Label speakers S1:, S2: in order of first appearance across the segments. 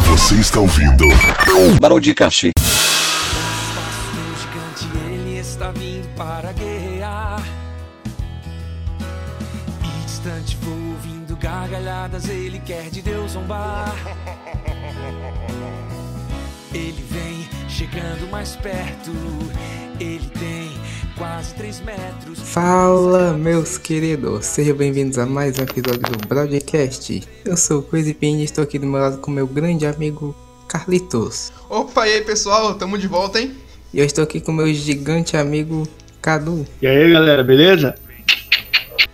S1: Você está ouvindo
S2: Barão de Cachê.
S3: espaço Um gigante, ele está vindo para guerrear. E distante vou ouvindo gargalhadas, ele quer de Deus zombar. Ele vem chegando mais perto, ele tem quase 3 metros.
S4: Fala, meus queridos! Sejam bem-vindos a mais um episódio do Broadcast. Eu sou o Crazy Pin e estou aqui do meu lado com meu grande amigo Carlitos.
S5: Opa, e aí pessoal, tamo de volta, hein?
S4: E eu estou aqui com meu gigante amigo Cadu.
S6: E aí galera, beleza?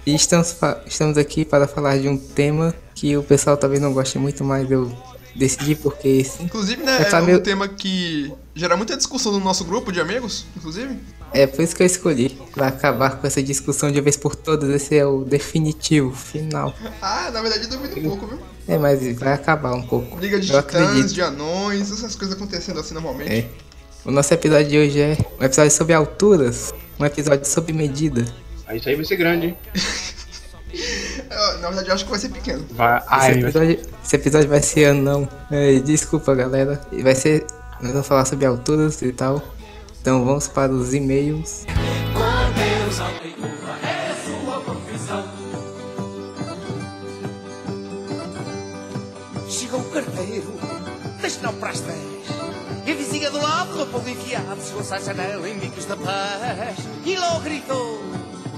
S4: E estamos, fa- estamos aqui para falar de um tema que o pessoal talvez não goste muito, mas eu decidi porque esse
S5: Inclusive, né,
S4: Essa
S5: é um
S4: meu-
S5: tema que gera muita discussão no nosso grupo de amigos, inclusive.
S4: é por isso que eu escolhi. Para acabar com essa discussão de uma vez por todas, esse é o definitivo, final.
S5: Ah, na verdade eu duvido um pouco, viu?
S4: É, mas vai acabar um pouco.
S5: Liga de
S4: eu
S5: titãs,
S4: acredito.
S5: de anões, essas coisas acontecendo assim normalmente.
S4: É. O nosso episódio de hoje é um episódio sobre alturas, um episódio sobre medida.
S6: Ah, Isso aí vai ser grande, hein?
S4: É.
S5: Eu, É, na verdade eu acho que vai ser pequeno.
S6: Vai, ai,
S4: Esse episódio, esse episódio vai ser anão. É, desculpa, galera. E Vai ser. Nós vamos falar sobre alturas e tal. Então vamos para os e-mails.
S7: Chega o carteiro, deixa-não para as três. E a vizinha do lado, do povo enfiado, chegou-se à janela em bicos da paz. E logo gritou: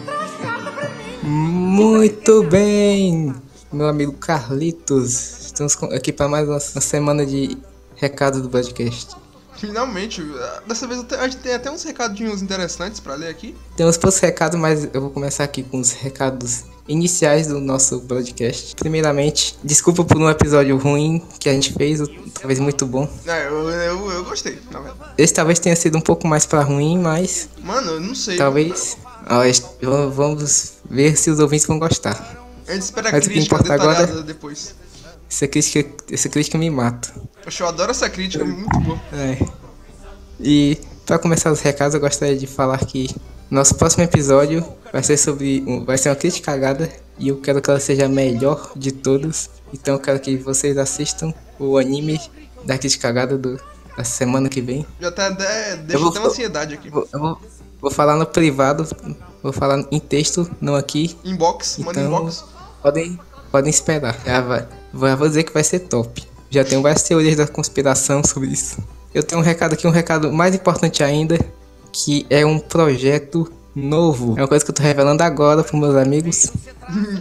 S7: Traz carta para mim.
S4: Muito bem, meu amigo Carlitos. Estamos com- aqui para mais uma uma semana de recado do podcast.
S5: Finalmente, ah, dessa vez até- a gente tem até uns recadinhos interessantes pra ler aqui.
S4: Temos poucos recados, mas eu vou começar aqui com os recados iniciais do nosso broadcast. Primeiramente, desculpa por um episódio ruim que a gente fez, ou talvez muito bom.
S5: Ah, eu, eu, eu gostei, na verdade.
S4: Esse talvez tenha sido um pouco mais pra ruim, mas
S5: Mano, eu não sei.
S4: talvez. ó, est- v- vamos ver se os ouvintes vão gostar.
S5: A gente espera a
S4: Mas o que
S5: crítica
S4: importa agora
S5: detalhada depois.
S4: Essa crítica, essa crítica me mata.
S5: Poxa, eu adoro essa crítica, é muito boa.
S4: É. E pra começar os recados, eu gostaria de falar que nosso próximo episódio vai ser sobre, um- vai ser uma crítica cagada e eu quero que ela seja a melhor de todas. Então eu quero que vocês assistam o anime da crítica cagada do- da semana que vem.
S5: Já tá até.
S4: Eu
S5: Deixa
S4: vou
S5: até
S4: fa-
S5: uma ansiedade aqui.
S4: Eu vou, eu vou- vou falar no privado, vou falar em texto, não aqui.
S5: Inbox, manda
S4: Então-
S5: inbox.
S4: Podem, podem esperar. Já vai, vai- vou dizer que vai ser top. Já tenho várias teorias da conspiração sobre isso. Eu tenho um recado aqui, um recado mais importante ainda, que é um projeto novo. É uma coisa que eu tô revelando agora pros meus amigos.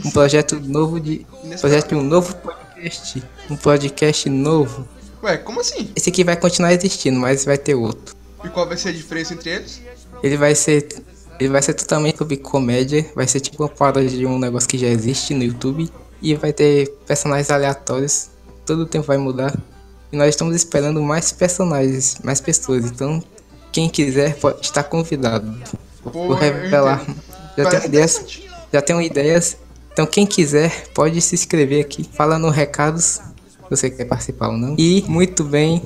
S4: Um projeto novo de. Projeto de um novo podcast. Um podcast novo.
S5: Ué, como assim?
S4: Esse aqui vai continuar existindo, mas vai ter outro.
S5: E qual vai ser a diferença entre eles?
S4: Ele vai ser. Ele vai ser totalmente sobre comédia. Vai ser tipo uma paródia de um negócio que já existe no YouTube. E vai ter personagens aleatórios. Todo o tempo vai mudar. E nós estamos esperando mais personagens, mais pessoas. Então, quem quiser pode estar convidado. Vou
S5: eu
S4: revelar.
S5: entendo.
S4: Já tenho
S5: Parece
S4: ideias.
S5: interessante.
S4: Já tenho ideias. Então quem quiser pode se inscrever aqui. Fala no recados se você quer participar ou não. E muito bem.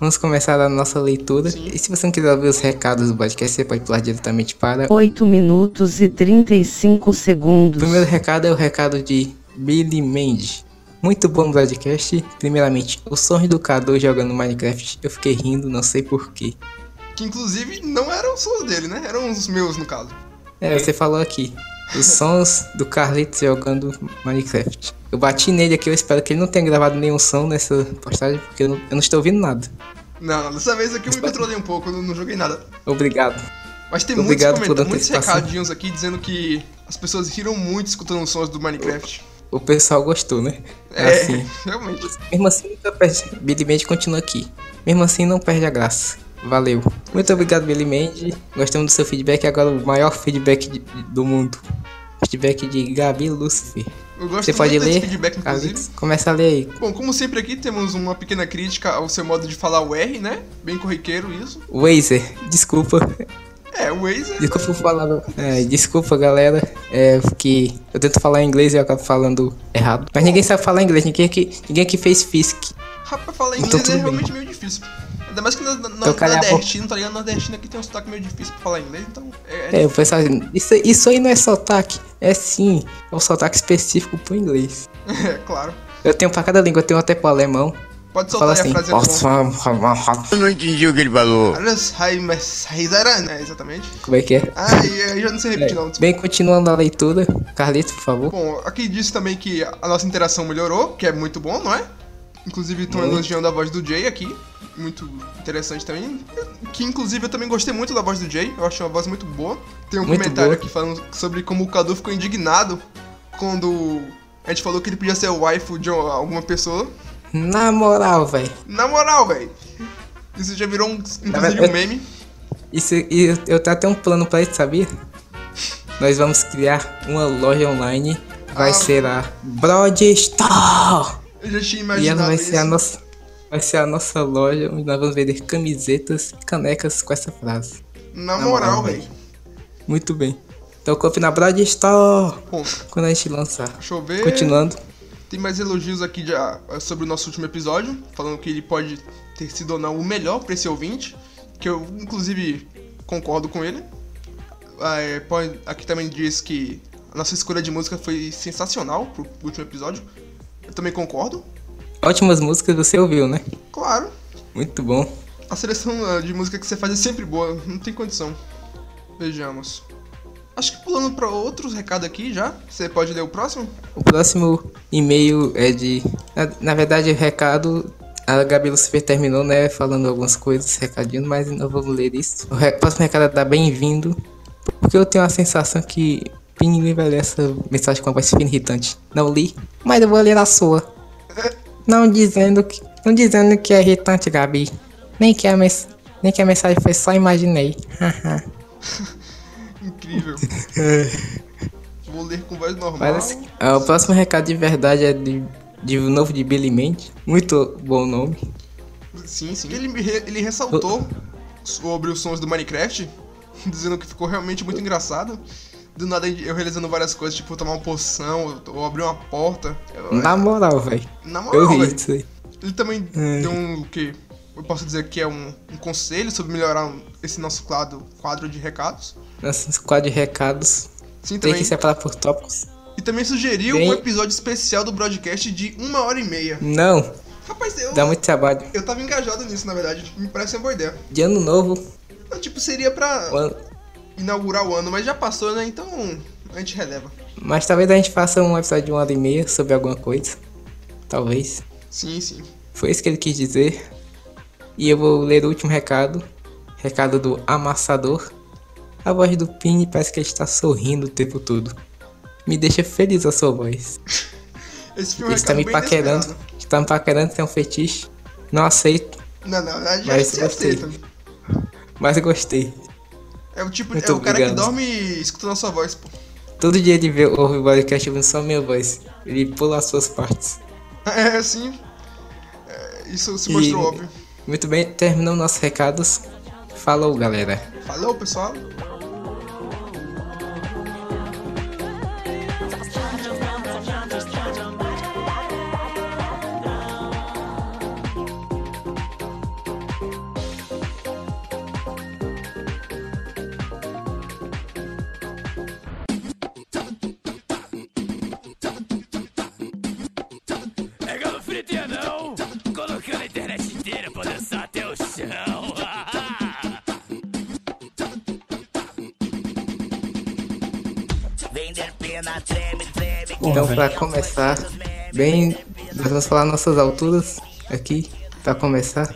S4: Vamos começar a nossa leitura. E se você não quiser ouvir os recados do podcast, você pode pular diretamente para. O
S8: 8 minutos e 35 segundos.
S4: primeiro recado é o recado de Billy Mendes. Muito bom podcast. Primeiramente, o sonho do Cadu jogando Minecraft. Eu fiquei rindo, não sei porquê.
S5: Que inclusive não eram sons dele, né? Eram os meus, no caso.
S4: É, você falou aqui. Os sons do Carlitos jogando Minecraft. Eu bati nele aqui, eu espero que ele não tenha gravado nenhum som nessa postagem, porque eu não, eu não estou ouvindo nada.
S5: Não, não, dessa vez aqui eu me controlei um pouco, eu não, não joguei nada.
S4: Obrigado.
S5: Mas tem muitos,
S4: Obrigado
S5: comentários,
S4: por
S5: muitos
S4: antecipação.
S5: recadinhos aqui dizendo que as pessoas riram muito escutando os sons do Minecraft.
S4: O pessoal gostou, né?
S5: É, realmente.
S4: Mesmo assim, nunca perde. Billy Mandy continua aqui. Mesmo assim, não perde a graça. Valeu. Muito obrigado, Billy Mandy. Gostamos do seu feedback. Agora, o maior feedback de- do mundo. Feedback de Gabi Lucifer.
S5: Eu gosto
S4: Você
S5: muito
S4: pode
S5: desse
S4: ler?
S5: feedback, inclusive.
S4: Carlitos, começa a ler aí.
S5: Bom, como sempre aqui temos uma pequena crítica ao seu modo de falar o R, né? Bem corriqueiro isso.
S4: Wazer, desculpa.
S5: É, o Waze é...
S4: Desculpa por falar. é, desculpa, galera. É porque eu tento falar inglês e eu acabo falando errado. Mas ninguém sabe falar inglês, ninguém aqui, ninguém aqui fez Fisk.
S5: Rapaz, falar
S4: Então
S5: inglês
S4: tudo
S5: é
S4: bem.
S5: realmente meio difícil. Ainda mais que no, no,
S4: Então, cala a boca.
S5: nordestino, tá ligado? Nordestino aqui tem um sotaque meio difícil pra falar inglês, então... É, é
S4: É, o pessoal. Isso, isso aí não é sotaque. É sim, é um sotaque específico pro inglês.
S5: é claro.
S4: Eu tenho pra cada língua, eu tenho até pro alemão.
S5: Pode
S4: Fala
S5: soltar aí
S4: assim.
S5: a frase atual.
S7: Eu não entendi o que ele falou.
S5: Alzheimer- É, exatamente.
S4: Como é que é?
S5: Ah, e aí eu já não sei repetir, não. desculpa.
S4: Bem, continuando a leitura. Carlito, por favor.
S5: Bom, aqui disse também que a nossa interação melhorou, que é muito bom, não é? Inclusive, estão elogiando a voz do Jay aqui. Muito interessante também. Que, inclusive, eu também gostei muito da voz do Jay. Eu achei uma voz muito boa. Tem um
S4: Muito
S5: comentário
S4: boa.
S5: aqui falando sobre como o Cadu ficou indignado quando a gente falou que ele podia ser o waifu de alguma pessoa.
S4: Na moral, velho.
S5: Na moral, velho. Isso já virou, um, inclusive,
S4: verdade-
S5: um meme.
S4: Isso, e eu, eu tenho até um plano pra isso, sabia? Nós vamos criar uma loja online. Vai
S5: Ah.
S4: ser a Broad Store.
S5: Eu já tinha
S4: E ela
S5: imaginado
S4: vai
S5: isso.
S4: ser a nossa. Vai ser a nossa loja onde nós vamos vender camisetas e canecas com essa frase.
S5: Na
S4: na moral,
S5: moral, velho.
S4: Muito bem. Então compre na Broad Store
S5: Bom,
S4: quando a gente lançar.
S5: deixa eu ver.
S4: Continuando.
S5: Tem mais elogios aqui já é, sobre o nosso último episódio, falando que ele pode ter sido ou não o melhor pra esse ouvinte, que eu inclusive concordo com ele. Ah, é, pode- Aqui também diz que a nossa escolha de música foi sensacional pro último episódio. Eu também concordo,
S4: Ótimas músicas você ouviu, né?
S5: claro.
S4: Muito bom.
S5: A seleção ah, de música que você faz é sempre boa, não tem condição. Vejamos. Acho que pulando pra outros recados aqui já, você pode ler o próximo?
S4: O próximo e-mail é de. Na, na verdade, o recado. A Gabi Lucifer terminou, né? Falando algumas coisas, recadinho, mas não vamos ler isso. O re- próximo recado é da Bem-vindo. Porque eu tenho a sensação que Pinguim vai ler essa mensagem com uma voz fina e irritante. Não li, mas eu vou ler a sua. Não dizendo que. Não dizendo que é irritante, Gabi. Nem que a, mens nem que a mensagem foi só imaginei.
S5: Incrível.
S4: É.
S5: Vou ler com voz normal.
S4: Parece que- Ah, o próximo recado de verdade é de, de novo de Billy Mente. Muito bom nome.
S5: Sim, sim. Ele, me re- ele ressaltou sobre os sons do Minecraft, dizendo que ficou realmente muito engraçado. Do nada eu realizando várias coisas, tipo tomar uma poção ou abrir uma porta. Eu-
S4: Na moral, velho.
S5: Na
S4: Hum. Eu
S5: moral,
S4: ri
S5: velho.
S4: disso aí.
S5: Ele também
S4: É.
S5: deu um o que eu posso dizer que é um, um conselho sobre melhorar um- esse nosso quadro, quadro de recados.
S4: Nossos quadro de recados.
S5: Sim,
S4: Tem
S5: também.
S4: que separar por tópicos.
S5: E também sugeriu
S4: Bem-
S5: um episódio especial do broadcast de uma hora e meia.
S4: Não,
S5: Rapaz, eu,
S4: dá muito trabalho.
S5: eu tava engajado nisso, na verdade. tipo, Me parece uma boa ideia.
S4: De ano novo,
S5: Então, tipo, seria pra.
S4: o ano-
S5: inaugurar o ano, mas já passou, né? Então a gente releva.
S4: mas talvez a gente faça um episódio de uma hora e meia sobre alguma coisa. Talvez.
S5: Sim, sim.
S4: Foi isso que ele quis dizer. E eu vou ler o último recado. Recado do amassador. A voz do Pini parece que ele está sorrindo o tempo todo. Me deixa feliz a sua voz.
S5: Esse filme é um
S4: Ele está me
S5: bem
S4: paquerando.
S5: inesperado.
S4: Está me paquerando, tem um fetiche. Não aceito,
S5: Não, não, a gente
S4: Mas
S5: se
S4: eu
S5: aceita.
S4: mas eu gostei.
S5: É o tipo,
S4: Muito
S5: é o cara que
S4: obrigado.
S5: dorme escutando a sua voz, pô.
S4: Todo dia ele vê, ouve o podcast ouvindo só minha voz. Ele pula as suas partes.
S5: É assim. É, isso se
S4: E-
S5: mostrou óbvio.
S4: Muito bem, terminamos nossos recados. Falou, galera.
S5: Falou, pessoal.
S1: Pegando friteirão, colocando a internet inteira pra dançar até o chão. Vender pena, treme, treme.
S4: Então, pra começar, bem, nós vamos falar nossas alturas aqui. Pra começar,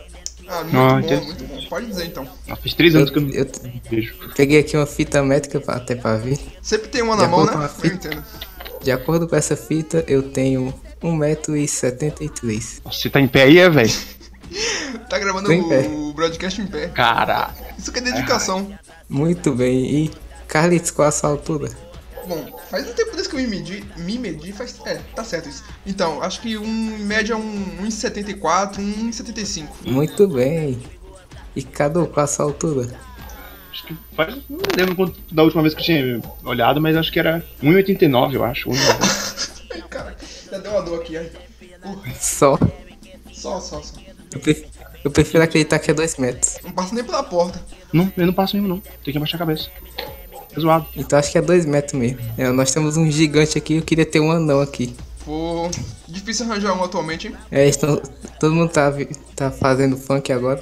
S5: Ah, muito
S6: Ah,
S5: bom,
S6: entendi.
S5: muito bom. Pode dizer então.
S6: Ah, faz três anos que eu não
S4: Eu- eu-
S6: vejo.
S4: peguei aqui uma fita métrica pra- até pra ver.
S5: Sempre tem uma na
S4: Já
S5: mão, né?
S4: colocou uma
S5: Eu
S4: fita?
S5: entendo.
S4: De acordo com essa fita, eu tenho 1,73m.
S6: Nossa, você tá em pé aí, é, velho?
S5: Tá gravando
S4: Tô em pé.
S5: o broadcast em pé.
S6: Caraca.
S5: Isso que é dedicação.
S4: Muito bem, e Carlitos, qual a sua altura?
S5: Bom, faz um tempo desde que eu me medi, me medi, faz. É, tá certo isso. Então, acho que um, em média um 1,74, 1,75.
S4: Muito bem. E Cadu, qual a sua altura?
S6: Acho que faz. Não lembro quanto da última vez que eu tinha olhado, mas acho que era 1,89, eu acho. 1,89.
S5: Ai, cara, já deu uma dor aqui, ai. Uh,
S4: Só.
S5: só, só, só.
S4: Eu prefiro, eu prefiro acreditar que é 2 metros.
S5: Não passa nem pela porta.
S6: não, eu não passo nenhum, não. Tem que abaixar a cabeça. É zoado.
S4: Então acho que é 2 metros mesmo. É, nós temos um gigante aqui, eu queria ter um anão aqui.
S5: Pô, Bom, difícil arranjar um atualmente, hein?
S4: É, estão, todo mundo tá, vi- tá fazendo funk agora.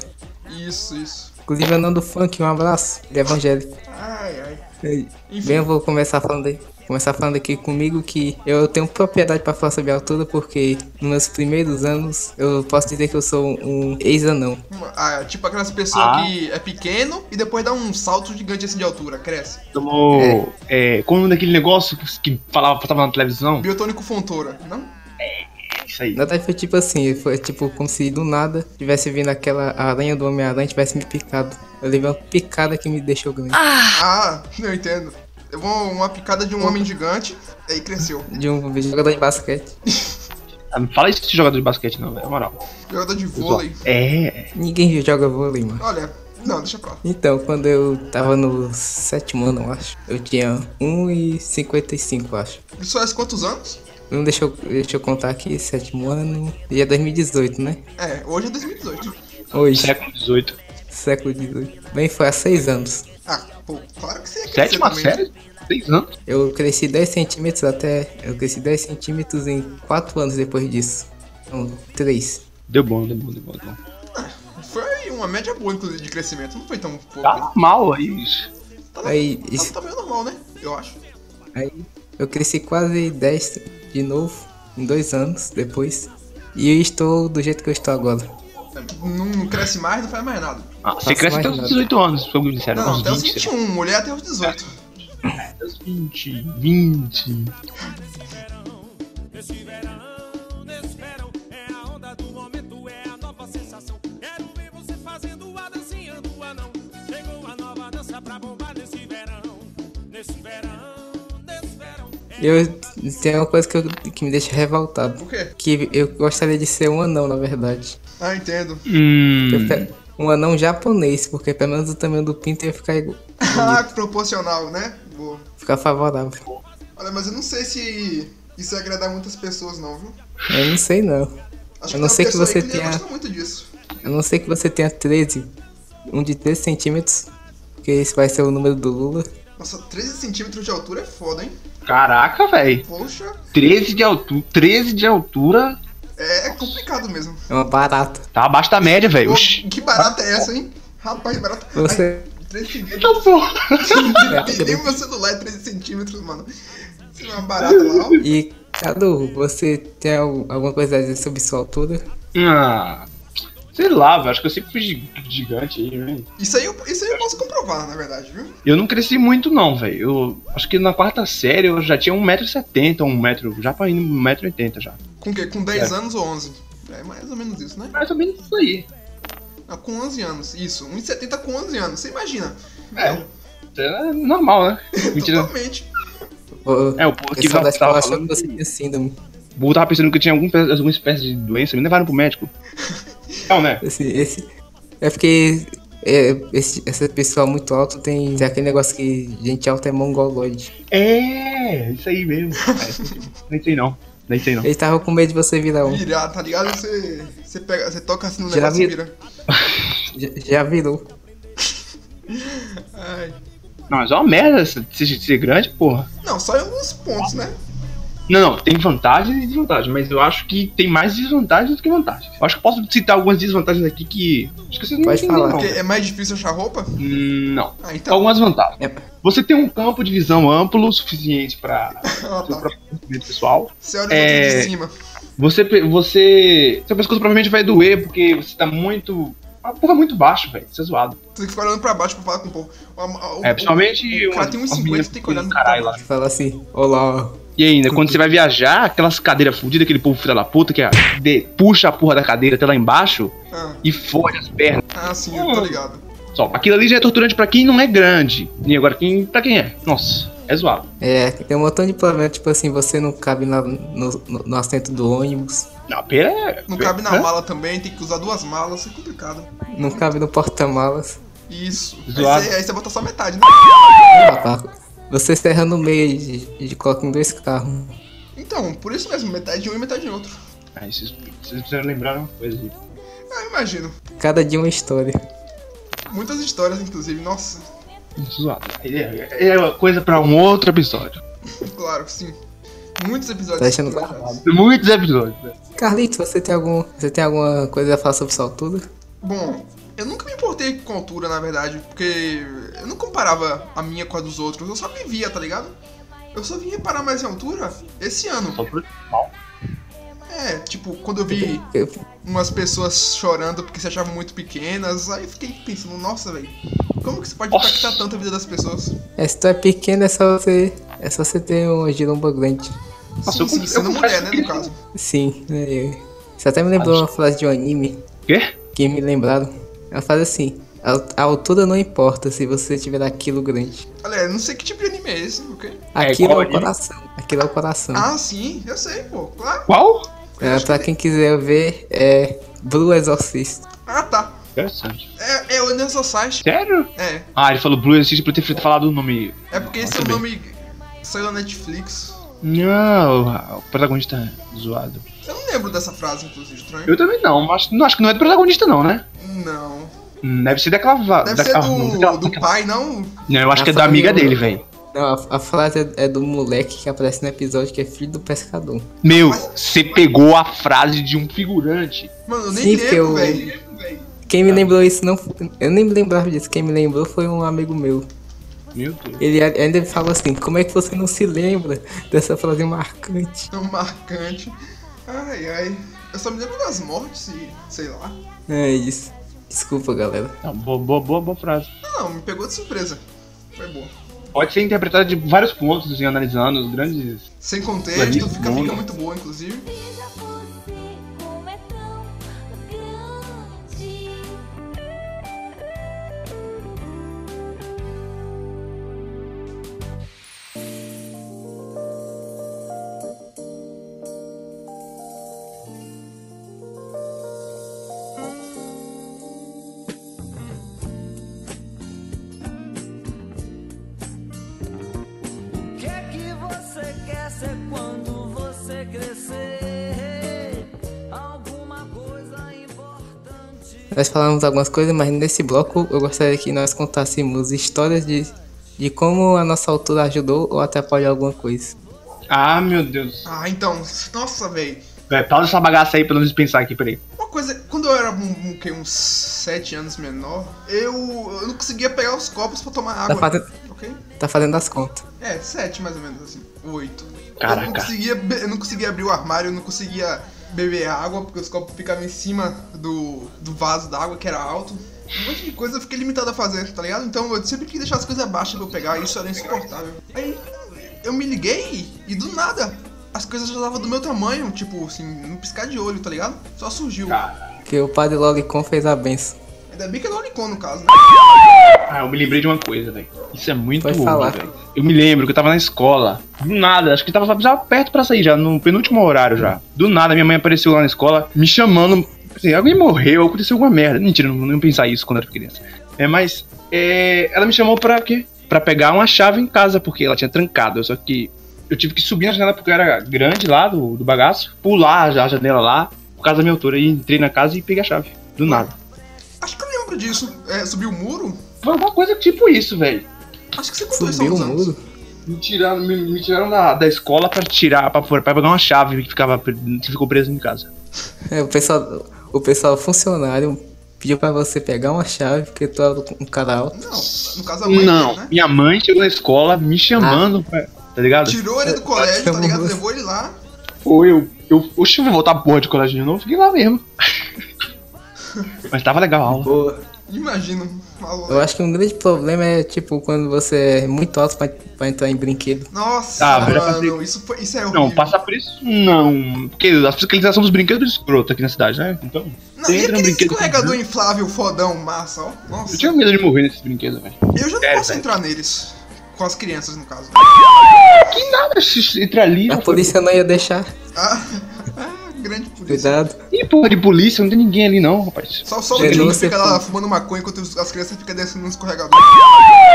S5: Isso, isso.
S4: Inclusive, o nome do funk, um abraço. Ele é evangélico.
S5: Ai, ai.
S4: Ei,
S5: Enfim.
S4: Bem, eu vou começar falando aí. Começar falando aqui comigo que eu tenho propriedade pra falar sobre a altura porque nos meus primeiros anos eu posso dizer que eu sou um ex-anão.
S5: Uma- ah, tipo aquelas pessoas
S6: Ah.
S5: que é pequeno e depois dá um salto gigante assim de altura, cresce.
S6: Tomou. É, como o nome daquele negócio que, que falava, passava na televisão?
S5: Biotônico Fontoura, não?
S6: Isso aí.
S4: Na verdade foi tipo assim, foi tipo como se do nada tivesse vindo aquela aranha do Homem-Aranha e tivesse me picado. Eu levei uma picada que me deixou grande.
S5: Ah, eu entendo. Eu vou uma picada de um homem gigante, aí cresceu.
S4: De um jogador de basquete.
S6: Ah, Não fala isso de jogador de basquete, não, velho. Na moral.
S5: Jogador de vôlei.
S6: É.
S4: Ninguém joga vôlei, mano.
S5: Olha, não, deixa pra lá.
S4: Então, quando eu tava no sétimo ano, eu acho, eu tinha 1,55, eu acho.
S5: Isso faz quantos anos?
S4: Não deixa eu, deixa eu contar aqui, sétimo ano. E é 2018, né?
S5: É, hoje é 2018.
S4: Hoje,
S6: Século XVIII.
S4: século 18. Bem, foi há seis anos.
S5: Ah, pô, claro que você ia crescer
S6: Sétima
S5: também.
S6: série? Seis anos?
S4: Eu cresci 10 centímetros até. Eu cresci 10 centímetros em 4 anos depois disso. Então, Não, 3.
S6: Deu bom, deu bom, deu bom. Deu bom.
S5: Foi uma média boa, inclusive, de crescimento. Não foi tão pouco.
S6: Tá mal aí, bicho.
S5: Tá, na-
S4: Aí,
S5: tá
S4: isso-
S5: no tamanho normal, né? Eu acho.
S4: Aí eu cresci quase 10 de novo, em 2 anos depois. E eu estou do jeito que eu estou agora.
S5: Não, não cresce mais, não faz mais nada.
S4: Tá
S6: Ah, você cresce até os
S4: nada.
S6: 18 anos, se eu me disser.
S5: Não,
S6: Uns né? É.
S5: até os
S6: 20, sei lá.
S5: 21, mulher até os 18.
S6: Até os 20. 20.
S4: Eu tem uma coisa que, eu- que me deixa revoltado.
S5: O quê?
S4: Que eu gostaria de ser um anão, na verdade.
S5: Ah, entendo.
S4: Eu
S6: Hum.
S4: pe- Um anão japonês, porque pelo menos o tamanho do pinto ia ficar, igu-
S5: Ah, proporcional, né? Boa.
S4: ficar favorável.
S5: Olha, mas eu não sei se isso ia agradar muitas pessoas, não, viu?
S4: Eu não sei não.
S5: Acho
S4: Eu não
S5: tem uma
S4: sei que
S5: pessoa
S4: você
S5: aí que não ia
S4: tenha-
S5: gostar muito disso.
S4: A não ser que você tenha 13, um de 13 centímetros, porque esse vai ser o número do Lula.
S5: Nossa, 13 centímetros de altura é foda, hein?
S6: Caraca, velho.
S5: Poxa,
S6: 13 de altura. 13 de altura.
S5: é complicado mesmo.
S4: É uma barata.
S6: Tá abaixo da média, velho.
S5: Ô,
S6: Oxi.
S5: que barata é essa, hein? Rapaz, barata.
S4: Você-
S5: Ai, 13 centímetros.
S6: Então, porra.
S5: Nem meu celular é 13 centímetros, mano. Isso é uma barata lá, ó.
S4: E, Cadu, você tem al- alguma coisa a dizer sobre sua altura?
S6: Ah, sei lá, velho. Acho que eu sempre fui gi- gigante aí, velho.
S5: Isso aí, eu, isso aí eu posso comprovar, na verdade, viu?
S6: Eu não cresci muito, não, velho. Eu acho que na quarta série eu já tinha 1,70m, 1m, já pra um indo 1,80m já.
S5: Com o quê? Com 10
S6: É.
S5: anos ou 11? É mais ou menos isso, né?
S6: Mais ou menos isso aí.
S5: Ah, com 11 anos, isso. 1,70 com 11 anos, você imagina. Então,
S6: É. É normal, né? Mentira.
S5: Totalmente.
S4: O
S6: É, o povo aqui
S4: pessoal da
S6: tava,
S4: escola
S6: tava
S4: achou que
S6: falando.
S4: você tinha síndrome.
S6: O povo tava pensando que eu tinha algum, pe- alguma espécie de doença, me levaram pro médico. Não, né?
S4: Esse, esse... É porque é, esse, essa pessoa muito alta tem, tem aquele negócio que gente alta é mongoloide.
S6: É, isso aí mesmo. É, nem sei não. Nem sei não.
S4: Ele tava com medo de você virar um.
S5: Virar, tá ligado? Você, você, pega, você toca assim no
S4: Já
S5: negócio e
S4: vi-
S5: vira.
S4: Já, já virou.
S5: Ai.
S6: Não, mas é uma merda essa- ser, ser grande, porra.
S5: Não, só em alguns pontos, né?
S6: Não, não, tem vantagens e desvantagens, mas eu acho que tem mais desvantagens do que vantagens. Eu acho que eu posso citar algumas desvantagens aqui que. Acho que vocês não
S4: Pode
S6: entendem,
S4: falar.
S6: não.
S5: Porque é mais difícil achar roupa?
S6: Hum, Não.
S5: Ah, então.
S6: Algumas vantagens.
S4: É.
S6: Você tem um campo de visão amplo o suficiente para
S5: Ah,
S6: seu
S5: tá.
S6: próprio conhecimento pessoal.
S5: Você olha
S6: É.
S5: é... de cima.
S6: Você, pe- você. Seu pescoço provavelmente vai doer porque você tá muito. Uma porra muito baixo, velho. Você é zoado.
S5: Você tem que ficar olhando pra baixo pra falar com o povo. O- o-
S6: É, principalmente.
S5: o cara
S6: uma-
S5: tem
S6: uma
S5: 1,50,
S6: menina
S5: tem que olhar no
S6: com caralho
S5: tamanho.
S6: lá.
S4: Fala assim, olá, ó.
S6: E ainda, quando você vai viajar, aquelas cadeiras fudidas, aquele povo filha da puta que é- de- puxa a porra da cadeira até lá embaixo
S5: Ah,
S6: e fode as pernas.
S5: ah, sim, eu tô ligado.
S6: Só, aquilo ali já é torturante pra quem não é grande. E agora, quem, pra quem é? Nossa, é zoado.
S4: É, tem um montão de problema, tipo assim, você não cabe na- no, no- no assento do ônibus,
S6: Não, pera é.
S5: Não cabe na
S6: Hã?
S5: mala também, tem que usar duas malas, é complicado.
S4: não cabe no porta-malas.
S5: Isso. Aí
S6: Zoado.
S5: você, aí você bota só metade, né?
S4: Papaco, Você serra no meio de, de coloca em dois carros.
S5: Então, por isso mesmo, metade de um e metade de outro.
S6: Ah, vocês, vocês precisaram lembrar uma coisa aí.
S5: Ah, eu imagino.
S4: Cada dia uma história.
S5: Muitas histórias, inclusive. Nossa,
S6: é Zoado. É, é- é coisa pra um outro episódio.
S5: claro, sim. Muitos episódios.
S4: Tá deixando
S5: comentados.
S6: Muitos episódios. né?
S4: Carlitos, você tem, algum, você tem alguma coisa a falar sobre sua altura?
S5: Bom, eu nunca me importei com a altura, na verdade, porque eu não comparava a minha com a dos outros, eu só me via, tá ligado? Eu só vim reparar mais em altura esse ano.
S6: Só pro
S5: É, tipo, quando eu vi
S4: Eu-
S5: umas pessoas chorando porque se achavam muito pequenas, aí eu fiquei pensando, nossa, velho, como que isso pode
S6: Nossa.
S5: impactar tanto a vida das pessoas?
S4: É, se tu é pequeno, é só você, é só você ter uma giromba grande.
S6: Nossa,
S5: sim,
S6: eu
S5: sim,
S6: confesso
S5: sendo mulher, né,
S6: que-
S5: no caso.
S4: Sim, é, você até me lembrou uma frase de um anime
S6: Quê?
S4: que me lembraram. Ela fala assim: a, al- a altura não importa se você tiver aquilo grande.
S5: Olha, eu não sei que tipo de anime é esse, ok?
S6: É,
S4: Aquilo é,
S6: qual
S4: o
S6: anime?
S4: coração. Aquilo é o coração.
S5: Ah, sim, eu sei, pô, claro.
S6: Qual?
S4: É, pra quem quiser ver, é Blue Exorcist.
S5: Ah, tá.
S6: Interessante.
S5: É, é o Nesosite.
S6: Sério?
S5: É,
S6: Ah, ele falou Blue Exorcist por ter falado o nome.
S5: é porque esse é o
S6: Muito
S5: nome saiu na Netflix.
S6: Não, o protagonista é zoado.
S5: Eu não lembro dessa frase, inclusive, estranho.
S6: Eu também não, mas não, acho que não é do protagonista, não, né?
S5: Não.
S6: Hum, Deve ser daquela. va-
S5: Deve ser
S6: daquela- ah, não, daquela-
S5: do, do pai, não?
S6: Não, eu acho que é
S4: Essa
S6: da amiga
S4: menina.
S6: dele, velho.
S4: Não, a, a frase é, é do moleque que aparece no episódio que é filho do pescador.
S6: Meu, você pegou a frase de um figurante.
S5: Mano, eu nem
S4: Sim, porque
S5: lembro,
S4: eu-
S5: velho. velho.
S4: Quem me lembrou isso não. Eu nem me lembrava disso. Quem me lembrou foi um amigo meu.
S6: Meu Deus.
S4: Ele a- ainda falou assim: Como é que você não se lembra dessa frase marcante?
S5: Tão marcante. Ai, ai. Eu só me lembro das mortes e sei lá.
S4: É isso. Desculpa, galera.
S6: Não, boa, boa, boa, boa frase.
S5: Não, me pegou de surpresa. Foi boa.
S6: Pode ser interpretada de vários pontos, assim, analisando os grandes.
S5: Sem
S6: Mas
S5: contexto,
S6: isso
S5: fica,
S6: não,
S5: fica
S6: não.
S5: muito boa, inclusive.
S2: Veja você como é tão grande.
S7: O que é que você quer ser quando você crescer? Alguma coisa importante.
S4: Nós falamos algumas coisas, mas nesse bloco eu gostaria que nós contássemos histórias de, de como a nossa altura ajudou ou atrapalhou alguma coisa.
S6: Ah, meu Deus.
S5: Ah, então. Nossa, velho.
S6: Véi, pausa essa bagaça aí pra nós pensar aqui, peraí.
S5: Uma coisa, quando eu era um, um, que, uns 7 anos menor, eu, eu não conseguia pegar os copos pra tomar água.
S4: fazendo-
S5: Ok?
S4: Tá fazendo as contas.
S5: É, 7 mais ou menos assim. 8. Eu não,
S6: Caraca.
S5: conseguia, be- eu não conseguia abrir o armário, eu não conseguia beber água, porque os copos ficavam em cima do, do vaso d'água, que era alto. Um monte de coisa eu fiquei limitado a fazer, tá ligado? Então eu sempre tinha que deixar as coisas abaixo pra eu pegar, e isso era insuportável. Aí eu me liguei e do nada as coisas já estavam do meu tamanho, tipo assim, um piscar de olho, tá ligado? Só surgiu.
S6: Tá.
S4: Que o padre Lolicon fez a benção.
S5: Ainda bem que é Lolicon no caso, né?
S6: Ah, eu me lembrei de uma coisa, velho. Isso é muito
S4: Pode
S6: old,
S4: falar.
S6: velho. Eu me lembro que eu tava na escola. Do nada, acho que tava só- já perto pra sair, já, no penúltimo horário já. Do nada, minha mãe apareceu lá na escola, me chamando. Assim, alguém morreu, aconteceu alguma merda. Mentira, não, não pensar isso quando eu era criança. É, mas. é, ela me chamou pra quê? Pra pegar uma chave em casa, porque ela tinha trancado. Só que eu tive que subir na janela porque eu era grande lá do, do bagaço, pular já a janela lá, por causa da minha altura. E entrei na casa e peguei a chave. Do nada.
S5: Acho que eu lembro disso. É, subiu o muro?
S6: Foi alguma coisa tipo isso, velho.
S5: Acho que você contou isso há
S4: Subiu
S5: uns
S4: o
S5: anos.
S4: muro.
S6: Me tiraram, me, me tiraram da, da escola pra tirar, pra, pra pegar uma chave que, ficava, pre- que ficou presa em casa.
S4: É, o pessoal, o pessoal funcionário pediu pra você pegar uma chave porque tu era um cara alto.
S5: Não, no caso a mãe,
S6: não,
S5: né?
S6: minha mãe chegou na escola me chamando, pra- tá ligado?
S5: Tirou ele do colégio, tá ligado? Levou ele lá.
S6: Ou eu, eu, oxe, eu vou voltar pra porra de colégio de novo, fiquei lá mesmo. Mas tava legal a aula.
S4: Boa.
S5: Imagino. Falou.
S4: Eu acho que um grande problema é, tipo, quando você é muito alto pra, pra entrar em brinquedo.
S5: Nossa,
S6: Ah,
S5: mano,
S6: velho, passei-
S5: isso, foi, isso é horrível.
S6: Não, passa preço não. Porque a fiscalização dos brinquedos é escrota aqui na cidade, né? Então,
S5: Não, e
S6: entra no
S5: aquele
S6: brinquedo
S5: escorregador inflável fodão, massa, ó. Nossa,
S6: eu tinha medo de morrer nesses brinquedos, velho.
S5: eu já não
S6: Sério,
S5: posso
S6: velho.
S5: entrar neles. Com as crianças, no caso.
S6: Que nada, se- se- entre ali.
S4: A
S6: não foi-
S4: polícia não ia deixar.
S5: Ah, ah, grande polícia.
S4: Cuidado.
S6: E Que porra de polícia? Não tem ninguém ali não, rapaz.
S5: Só, só o
S4: Gerou
S5: menino
S4: você
S5: fica lá fumando maconha enquanto os- as crianças ficam descendo no escorregador.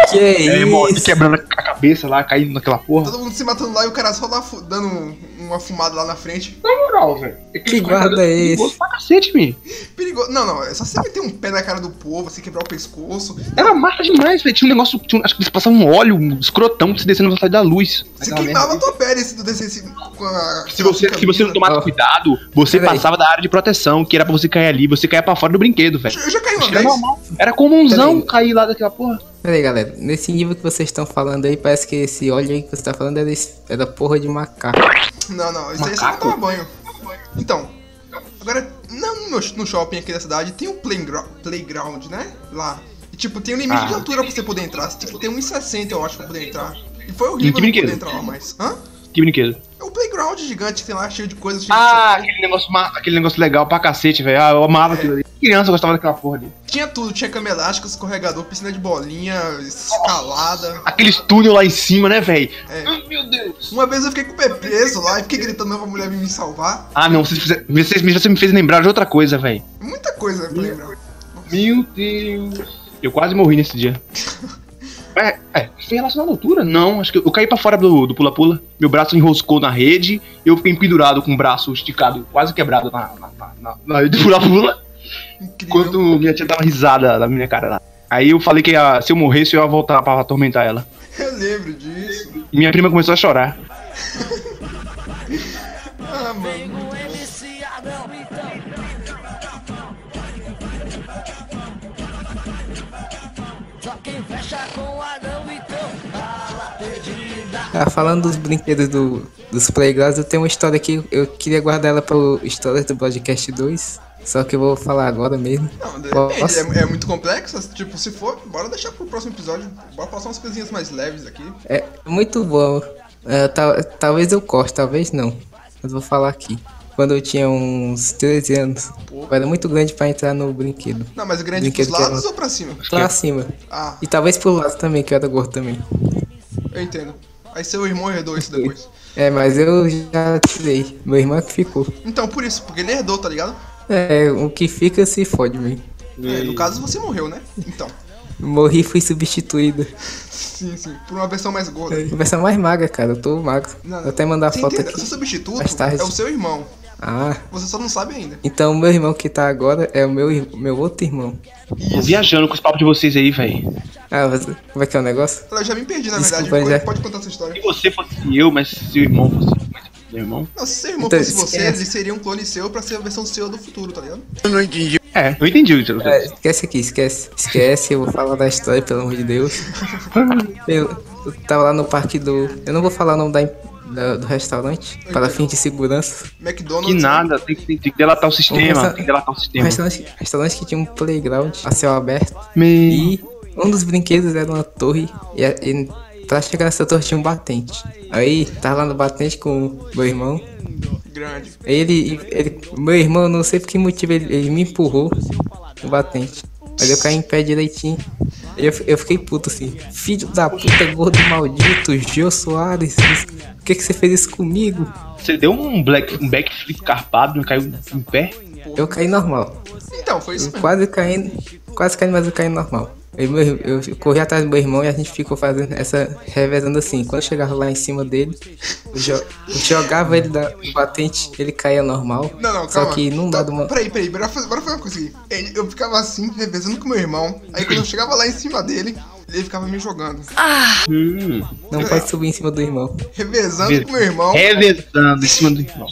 S4: Que
S6: É, morre
S4: isso?
S6: quebrando a cabeça lá, caindo naquela porra.
S5: Todo mundo se matando lá e o cara só lá fu- dando um- uma fumada lá na frente.
S6: Na moral, velho.
S4: Que guarda é
S6: Perigoso
S4: esse?
S6: pra cacete, menino.
S5: Perigoso. Não, não, é só você meter um pé na cara do povo, você quebrar o pescoço.
S6: Era massa demais, velho. Tinha um negócio. tinha um- acho que eles passavam um óleo, um escrotão, pra se descer na velocidade da luz.
S5: Você
S6: Aquela
S5: queimava
S6: merda.
S5: tua pele se tu descesse com a.
S6: se você, se você não
S4: Ah.
S6: tomasse cuidado, você
S4: Peraí.
S6: passava da área de proteção, que era pra você cair ali, você caia pra fora do brinquedo, velho.
S5: Eu já caí uma
S6: Acho que Era
S5: vez.
S6: normal. Era comunzão
S4: Peraí.
S6: cair lá daquela porra.
S4: Pera aí, galera. Nesse nível que vocês estão falando aí, parece que esse óleo aí que você tá falando era, esse- era porra de macaco.
S5: Não, não, isso aí é só pra
S6: Macaco?
S5: tomar banho. Então, agora, não no, no shopping aqui da cidade tem um playground, playground né? Lá. E, tipo, tem um limite
S6: Ah.
S5: de altura pra você poder entrar. Você tem que ter 1,60 eu acho pra poder entrar. E foi
S6: Em
S5: horrível não
S6: que brinquedo?
S5: poder entrar lá mais. Hã?
S6: Que brinquedo.
S5: É um playground gigante que tem lá, cheio de coisas. Cheio de-
S6: Ah, aquele negócio, ma- aquele negócio legal pra cacete, velho. Ah, eu amava aquilo ali. Criança gostava daquela porra ali.
S5: Tinha tudo, tinha cama elástica, escorregador, piscina de bolinha, escalada.
S6: Aqueles túnel lá em cima, né, velho?
S5: É.
S6: Ai, meu Deus.
S5: Uma vez eu fiquei com o pé preso lá e fiquei gritando pra mulher vir me salvar.
S6: Ah, não, vocês, fizeram- vocês, me- você me fez lembrar de outra coisa, velho.
S5: Muita coisa pra lembrar.
S6: Meu Deus. Eu quase morri nesse dia. É, é, foi relacionado à altura? Não, acho que eu, eu caí pra fora do do pula-pula. Meu braço enroscou na rede. Eu fiquei pendurado com o braço esticado, quase quebrado na, na, na, na, na rede do pula-pula.
S5: Incrível.
S6: Enquanto minha tia dava risada na minha cara lá. Aí eu falei que ah, se eu morresse eu ia voltar pra atormentar ela.
S5: Eu lembro disso.
S6: Minha prima começou a chorar.
S5: Ah, mano.
S4: Ah, falando dos brinquedos do, dos playgrounds, eu tenho uma história aqui. Eu queria guardar ela para histórias do Broadcast 2. Só que eu vou falar agora mesmo.
S5: Não,
S4: Posso?
S5: depende. É, é muito complexo. Tipo, se for, bora deixar pro próximo episódio. Bora passar umas coisinhas mais leves aqui.
S4: É muito bom. É, tal- talvez eu corte, talvez não. Mas vou falar aqui. Quando eu tinha uns 13 anos, eu era muito grande para entrar no brinquedo.
S5: Não, mas grande pros
S4: Brinquedo que
S5: lados
S4: era-
S5: ou pra cima?
S4: Lá acima.
S5: Ah,
S4: E talvez pro lado também, que eu era gordo também.
S5: eu entendo. Aí seu irmão herdou isso depois.
S4: É, mas eu já tirei. Meu irmão é que ficou.
S5: Então, por isso, porque ele herdou, tá ligado?
S4: É, o que fica se fode, mesmo.
S5: É, no caso, você morreu, né? Então.
S4: Morri e fui substituído.
S5: Sim, sim. Por uma versão mais gorda.
S4: Conversa mais magra, cara. Eu tô magro.
S5: Não,
S4: Vou até mandar a
S5: Você
S4: foto
S5: entendeu?
S4: aqui.
S5: Seu substituto
S4: Mais tarde.
S5: é o seu irmão.
S4: Ah,
S5: Você só não sabe ainda.
S4: então o meu irmão que tá agora é o meu, ir- meu outro irmão.
S6: Tô viajando com os papos de vocês aí, velho.
S4: Ah, mas como é que é o negócio?
S5: Eu já me perdi, na
S4: Desculpa,
S5: verdade. Pode-
S4: já.
S5: Pode contar essa história.
S6: Se você fosse eu, mas se o irmão fosse meu irmão.
S5: Não, se seu irmão
S4: Então,
S5: fosse você,
S4: esquece.
S5: ele seria um clone seu pra ser a versão seu do futuro, tá ligado?
S6: É, eu entendi o que você
S4: É, esquece aqui, esquece. Esquece, eu vou falar da história, pelo amor de Deus. Eu, eu tava lá no parque do. Eu não vou falar o nome da, im- da- do restaurante, para fins de segurança.
S5: McDonald's. é
S6: Que nada, tem que, tem, tem que delatar o sistema.
S4: Começa-
S6: Tem que delatar o
S4: Um
S6: sistema.
S4: restaurante, restaurante que tinha um playground a céu aberto.
S6: Me...
S4: E um dos brinquedos era uma torre. E, a- e pra chegar nessa torre tinha um batente. Aí, tava lá no batente com meu irmão.
S5: Grande.
S4: Aí Ele, ele, meu irmão, não sei por que motivo, ele, ele me empurrou no batente. Mas eu caí em pé direitinho. Eu, eu fiquei puto assim. Filho da puta, gordo maldito, Gil Soares. Por que, que você fez isso comigo?
S6: Você deu um, black, um backflip carpado, caiu em pé.
S4: Eu caí normal.
S5: Então, foi isso
S4: Eu
S5: mesmo.
S4: quase caí, quase caí, mas eu caí normal. Aí meu ir- eu corri atrás do meu irmão e a gente ficou fazendo essa. revezando assim. Quando eu chegava lá em cima dele, eu, jo- eu jogava ele da, do batente, ele caía normal.
S5: Não, não,
S4: Só
S5: calma. Tá,
S4: que não dá de uma.
S5: Peraí, peraí, bora fazer, bora fazer uma coisa aqui. Ele- eu ficava assim, revezando com meu irmão. Aí quando eu chegava lá em cima dele, ele ficava me jogando.
S6: Hum.
S4: Não
S5: tá,
S4: pode subir em cima do irmão.
S5: Revezando
S6: Ve-
S5: com meu irmão.
S6: É. Revezando em cima do irmão.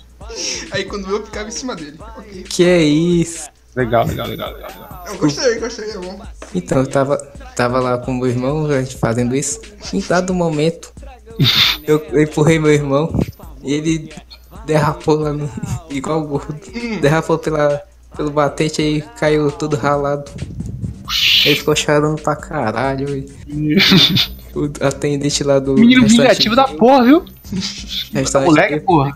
S5: Aí quando eu ficava em cima dele. Ok.
S4: Que é isso?
S6: Legal, legal, legal, legal. legal.
S5: Eu gostei, gostei, é bom.
S4: Então, eu tava, tava lá com meu irmão, a gente fazendo isso. Em dado momento, eu, eu empurrei meu irmão e ele derrapou lá no, igual o gordo.
S6: Hum.
S4: Derrapou pela, pelo batente aí caiu todo ralado. Ele ficou chorando pra caralho. e o atendente lá do.
S6: Menino
S4: restaurante-
S6: vingativo da porra, viu?
S4: restaurante
S6: Moleque, porra.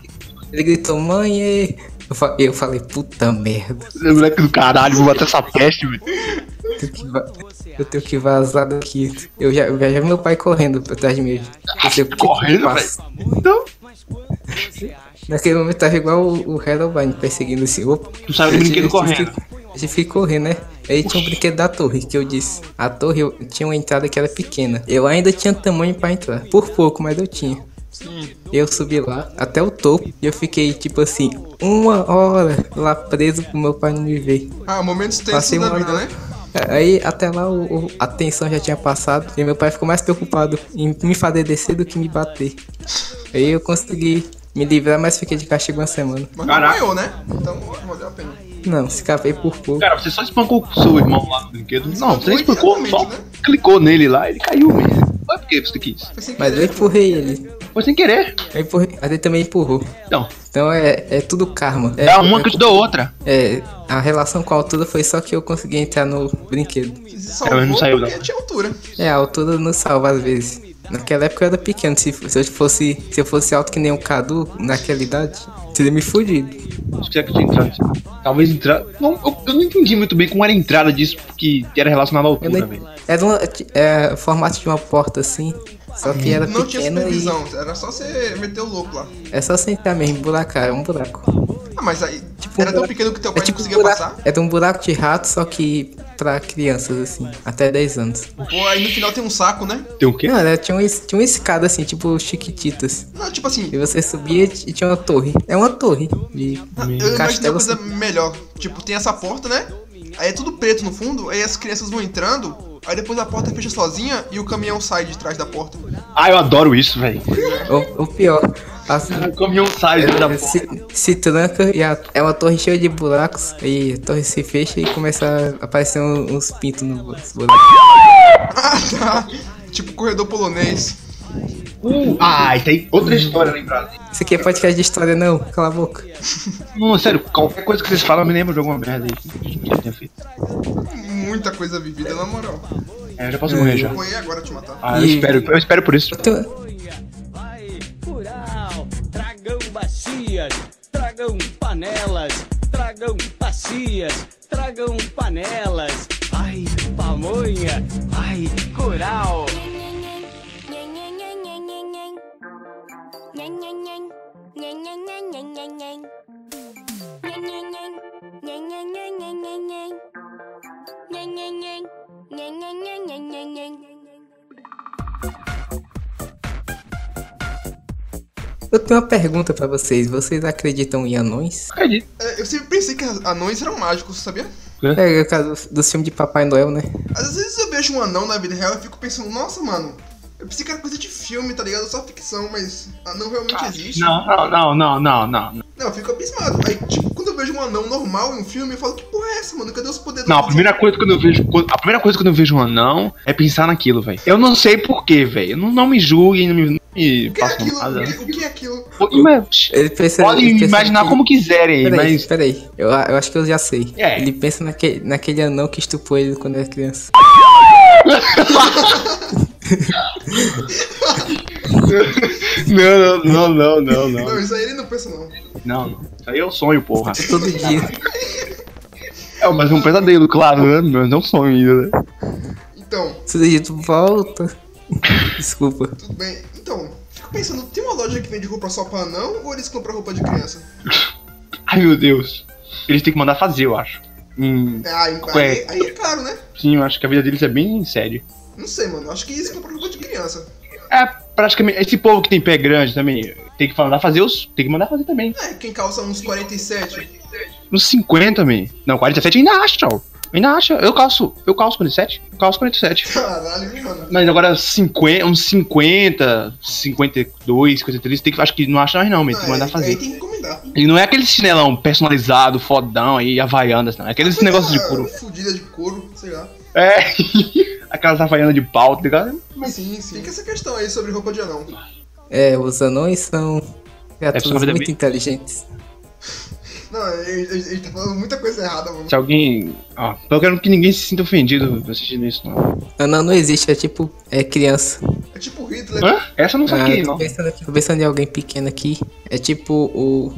S4: Ele gritou, mãe. e-" Eu, fa- eu falei, puta merda.
S6: Moleque do caralho, vou bater essa peste, velho.
S4: Eu tenho que, va- eu tenho que vazar daqui. Eu já, eu já vi meu pai correndo atrás de mim. Eu sei o que que eu
S6: Correndo,
S4: faço.
S6: velho. Então,
S4: Naquele momento tava igual o, o Herobrine perseguindo esse opo.
S6: Tu saiu do brinquedo correndo.
S4: A gente fica correndo, né? Aí tinha um brinquedo da torre, que eu disse. A torre eu- tinha uma entrada que era pequena. Eu ainda tinha tamanho pra entrar. Por pouco, mas eu tinha. Eu subi lá até o topo e eu fiquei tipo assim, uma hora lá preso pro meu pai não me ver.
S5: Ah, momentos tensos
S4: Passei
S5: da
S4: uma
S5: vida, né?
S4: É, Aí até lá o, o- a tensão já tinha passado e meu pai ficou mais preocupado em me fazer descer do que me bater. Aí eu consegui me livrar, mas fiquei de castigo uma semana.
S5: Mas não
S6: Caraca.
S5: ganhou, né? Então valeu a pena.
S4: Não, escapei por pouco.
S6: Cara, você só espancou o seu irmão lá no brinquedo. Não, você
S5: Foi
S6: espancou,
S5: exatamente,
S6: só
S5: né?
S6: clicou nele lá ele caiu mesmo. Foi porque você quis.
S5: Foi sem
S4: Mas eu
S5: querer.
S4: empurrei ele.
S6: Foi sem querer.
S4: Eu empurrei, mas ele também empurrou.
S6: Então,
S4: Então é, é tudo karma. É,
S6: dá uma que eu te dou outra.
S4: é, a relação com a altura foi só que eu consegui entrar no brinquedo.
S5: Se salvou
S6: Ela não saiu, não.
S5: porque tinha altura.
S4: É, a altura nos salva às vezes. Naquela época eu era pequeno, se, se eu fosse. Se eu fosse alto que nem o Cadu naquela idade, teria me fugido.
S6: Se quiser que eu entrar, talvez entrar. Não, eu, eu não entendi muito bem como era a entrada disso, porque era relacionado à
S4: Eu
S6: altura,
S4: nem-
S6: velho.
S4: Era um, é, o formato de uma porta assim, só que era
S5: Não tinha
S4: pequeno e
S5: supervisão, era só você meter o louco lá.
S4: é só sentar mesmo, buracar, é um buraco.
S5: Ah, mas aí era tão pequeno que teu
S4: É
S5: pai não
S4: tipo um
S5: conseguia
S4: buraco,
S5: passar.
S4: era um buraco de rato, só que pra crianças assim, até 10 anos.
S5: Pô, aí no final tem um saco, né?
S6: Tem o quê?
S4: Não, era, tinha, um, es- tinha uma escada assim, tipo chiquititas.
S5: Não, tipo assim,
S4: E você subia e t- e tinha uma torre. É uma torre de
S5: eu imaginei uma
S4: castelo.
S5: coisa
S4: assim.
S5: melhor. Tipo, tem essa porta, né? Aí é tudo preto no fundo, aí as crianças vão entrando, aí depois a porta fecha sozinha e o caminhão sai de trás da porta.
S6: Ah, eu adoro isso, velho.
S4: Ou, ou pior, assim,
S6: O caminhão sai da porta.
S4: se, se tranca e a- é uma torre cheia de buracos. E a torre se fecha e começa a aparecer um- uns pintos nos buracos.
S5: Ah, tá. Tipo corredor polonês.
S6: Uh, ah, e tem outra história lembrada.
S4: Isso aqui é podcast de história, não? Cala a boca.
S6: Não, sério, qualquer coisa que vocês falam, eu me lembro de alguma merda aí que eu tenha feito.
S5: Muita coisa vivida, na moral.
S6: É, eu já posso morrer já.
S5: Vou aí agora te matar.
S6: Ah, eu
S4: E-
S6: espero, eu espero por isso.
S4: Eu tenho-
S1: Vai, Curau, tragam bacias, tragam panelas, tragam bacias, tragam panelas. Ai, pamonha, ai, curau.
S4: Eu tenho uma pergunta pra vocês. Vocês acreditam em anões?
S6: Acredito.
S5: É, Eu sempre pensei que anões eram mágicos, sabia?
S4: É o caso dos- dos filmes de Papai Noel, né?
S5: Às vezes eu vejo um anão na vida real e fico pensando, nossa, mano, eu pensei que era coisa de filme, tá ligado? Só ficção, mas anão realmente existe.
S6: Não, não, não, não, não, não. não.
S5: Não, eu fico abismado. Aí, tipo, quando eu vejo um anão normal em um filme, eu falo, que porra é essa, mano? Cadê os poderes
S6: Não,
S5: do
S6: a primeira coisa que eu vejo, a primeira coisa que eu vejo um anão é pensar naquilo, velho. Eu não sei porquê, velho. Não, não me julguem, não me, não me
S5: O que é
S6: façam
S5: aquilo?
S6: nada.
S5: O que- O que é aquilo?
S6: Mas,
S4: Ele pensa, ele
S6: podem
S4: pensa
S6: imaginar
S4: naquele-
S6: como quiserem,
S4: Peraí,
S6: mas
S4: peraí. Eu, eu acho que eu já sei.
S6: É.
S4: Ele pensa naquele, naquele anão que estupou ele quando era criança.
S6: Não, não, não, não, não,
S5: Não,
S6: não.
S5: isso aí ele não pensa, não.
S6: Não, não. Isso aí é um sonho, porra.
S4: Todo dia.
S6: É, mas é um pesadelo, claro, né? Mas é um sonho ainda, né?
S5: Então,
S4: Todo dia tu volta. Desculpa.
S5: tudo bem. Então, fico pensando, tem uma loja que vende roupa só pra anão ou eles compram roupa de criança?
S6: Ai, meu Deus. Eles têm que mandar fazer, eu acho. Hum,
S5: Ah, aí,
S6: Ué.
S5: aí, aí é caro, né?
S6: sim, eu acho que a vida deles é bem séria.
S5: Não sei, mano. Acho que eles compram roupa de criança.
S6: É, praticamente. Esse povo que tem pé grande também tem que mandar fazer os. Tem que mandar fazer também.
S5: É, quem calça uns 47.
S6: Uns 50, man. Não, 47 ainda acha, ó. Ainda acha. Eu calço. Eu calço 47. Eu calço 47.
S5: Caralho, mano.
S6: Mas agora 50, uns 50, 52, 53, tem que, acho que não acha mais não, mesmo. Tem que mandar
S5: aí,
S6: fazer.
S5: Ah, é, Aí tem que encomendar.
S6: E não é aquele chinelão personalizado, fodão aí, havaianas, não. É aqueles negócios de couro.
S5: Fudida de couro, sei lá.
S6: É. Aquelas havaianas de pau, tá ligado?
S5: Mas sim, sim. Fica essa questão aí sobre roupa de anão.
S4: É, os anões são
S6: só uma
S4: criaturas
S6: vida
S4: muito
S6: bem-
S4: inteligentes.
S5: Não, ele, ele- ele tá falando muita coisa errada, mano.
S6: Se alguém. Ó, eu quero que ninguém se sinta ofendido assistindo isso, não.
S4: Anão não existe, é tipo, é criança.
S5: É tipo Hitler.
S6: Hã? Essa eu não
S4: Ah,
S6: saquei,
S4: eu tô
S6: não.
S4: pensando aqui, tô pensando em alguém pequeno aqui. É tipo o,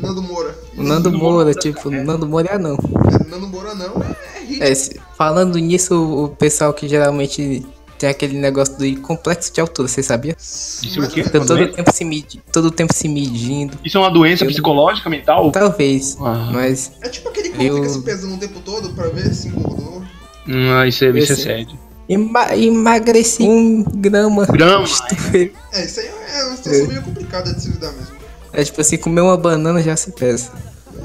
S5: Nando Moura.
S4: o Nando Moura, tipo, o Nando Moura é anão.
S5: É, Nando Moura não, é, é Hitler.
S4: É, se- falando nisso, o pessoal que geralmente tem aquele negócio do complexo de altura, você sabia?
S6: Isso é o quê?
S4: Então,
S6: Uma doença?
S4: todo tempo se medi- todo tempo se medindo.
S6: Isso é uma doença
S4: Eu- Tá.
S6: psicológica, mental?
S4: Talvez,
S6: Ah.
S4: mas
S5: É tipo aquele que
S4: Eu-
S5: fica se pesando o tempo todo pra ver se engordou.
S6: Não, isso é, isso é
S4: Esse-
S6: sério.
S4: ema- emagreci um grama.
S6: Grama.
S4: Estufei.
S5: É, isso aí é uma situação meio complicada de se lidar mesmo.
S4: É tipo assim, comer uma banana já se pesa.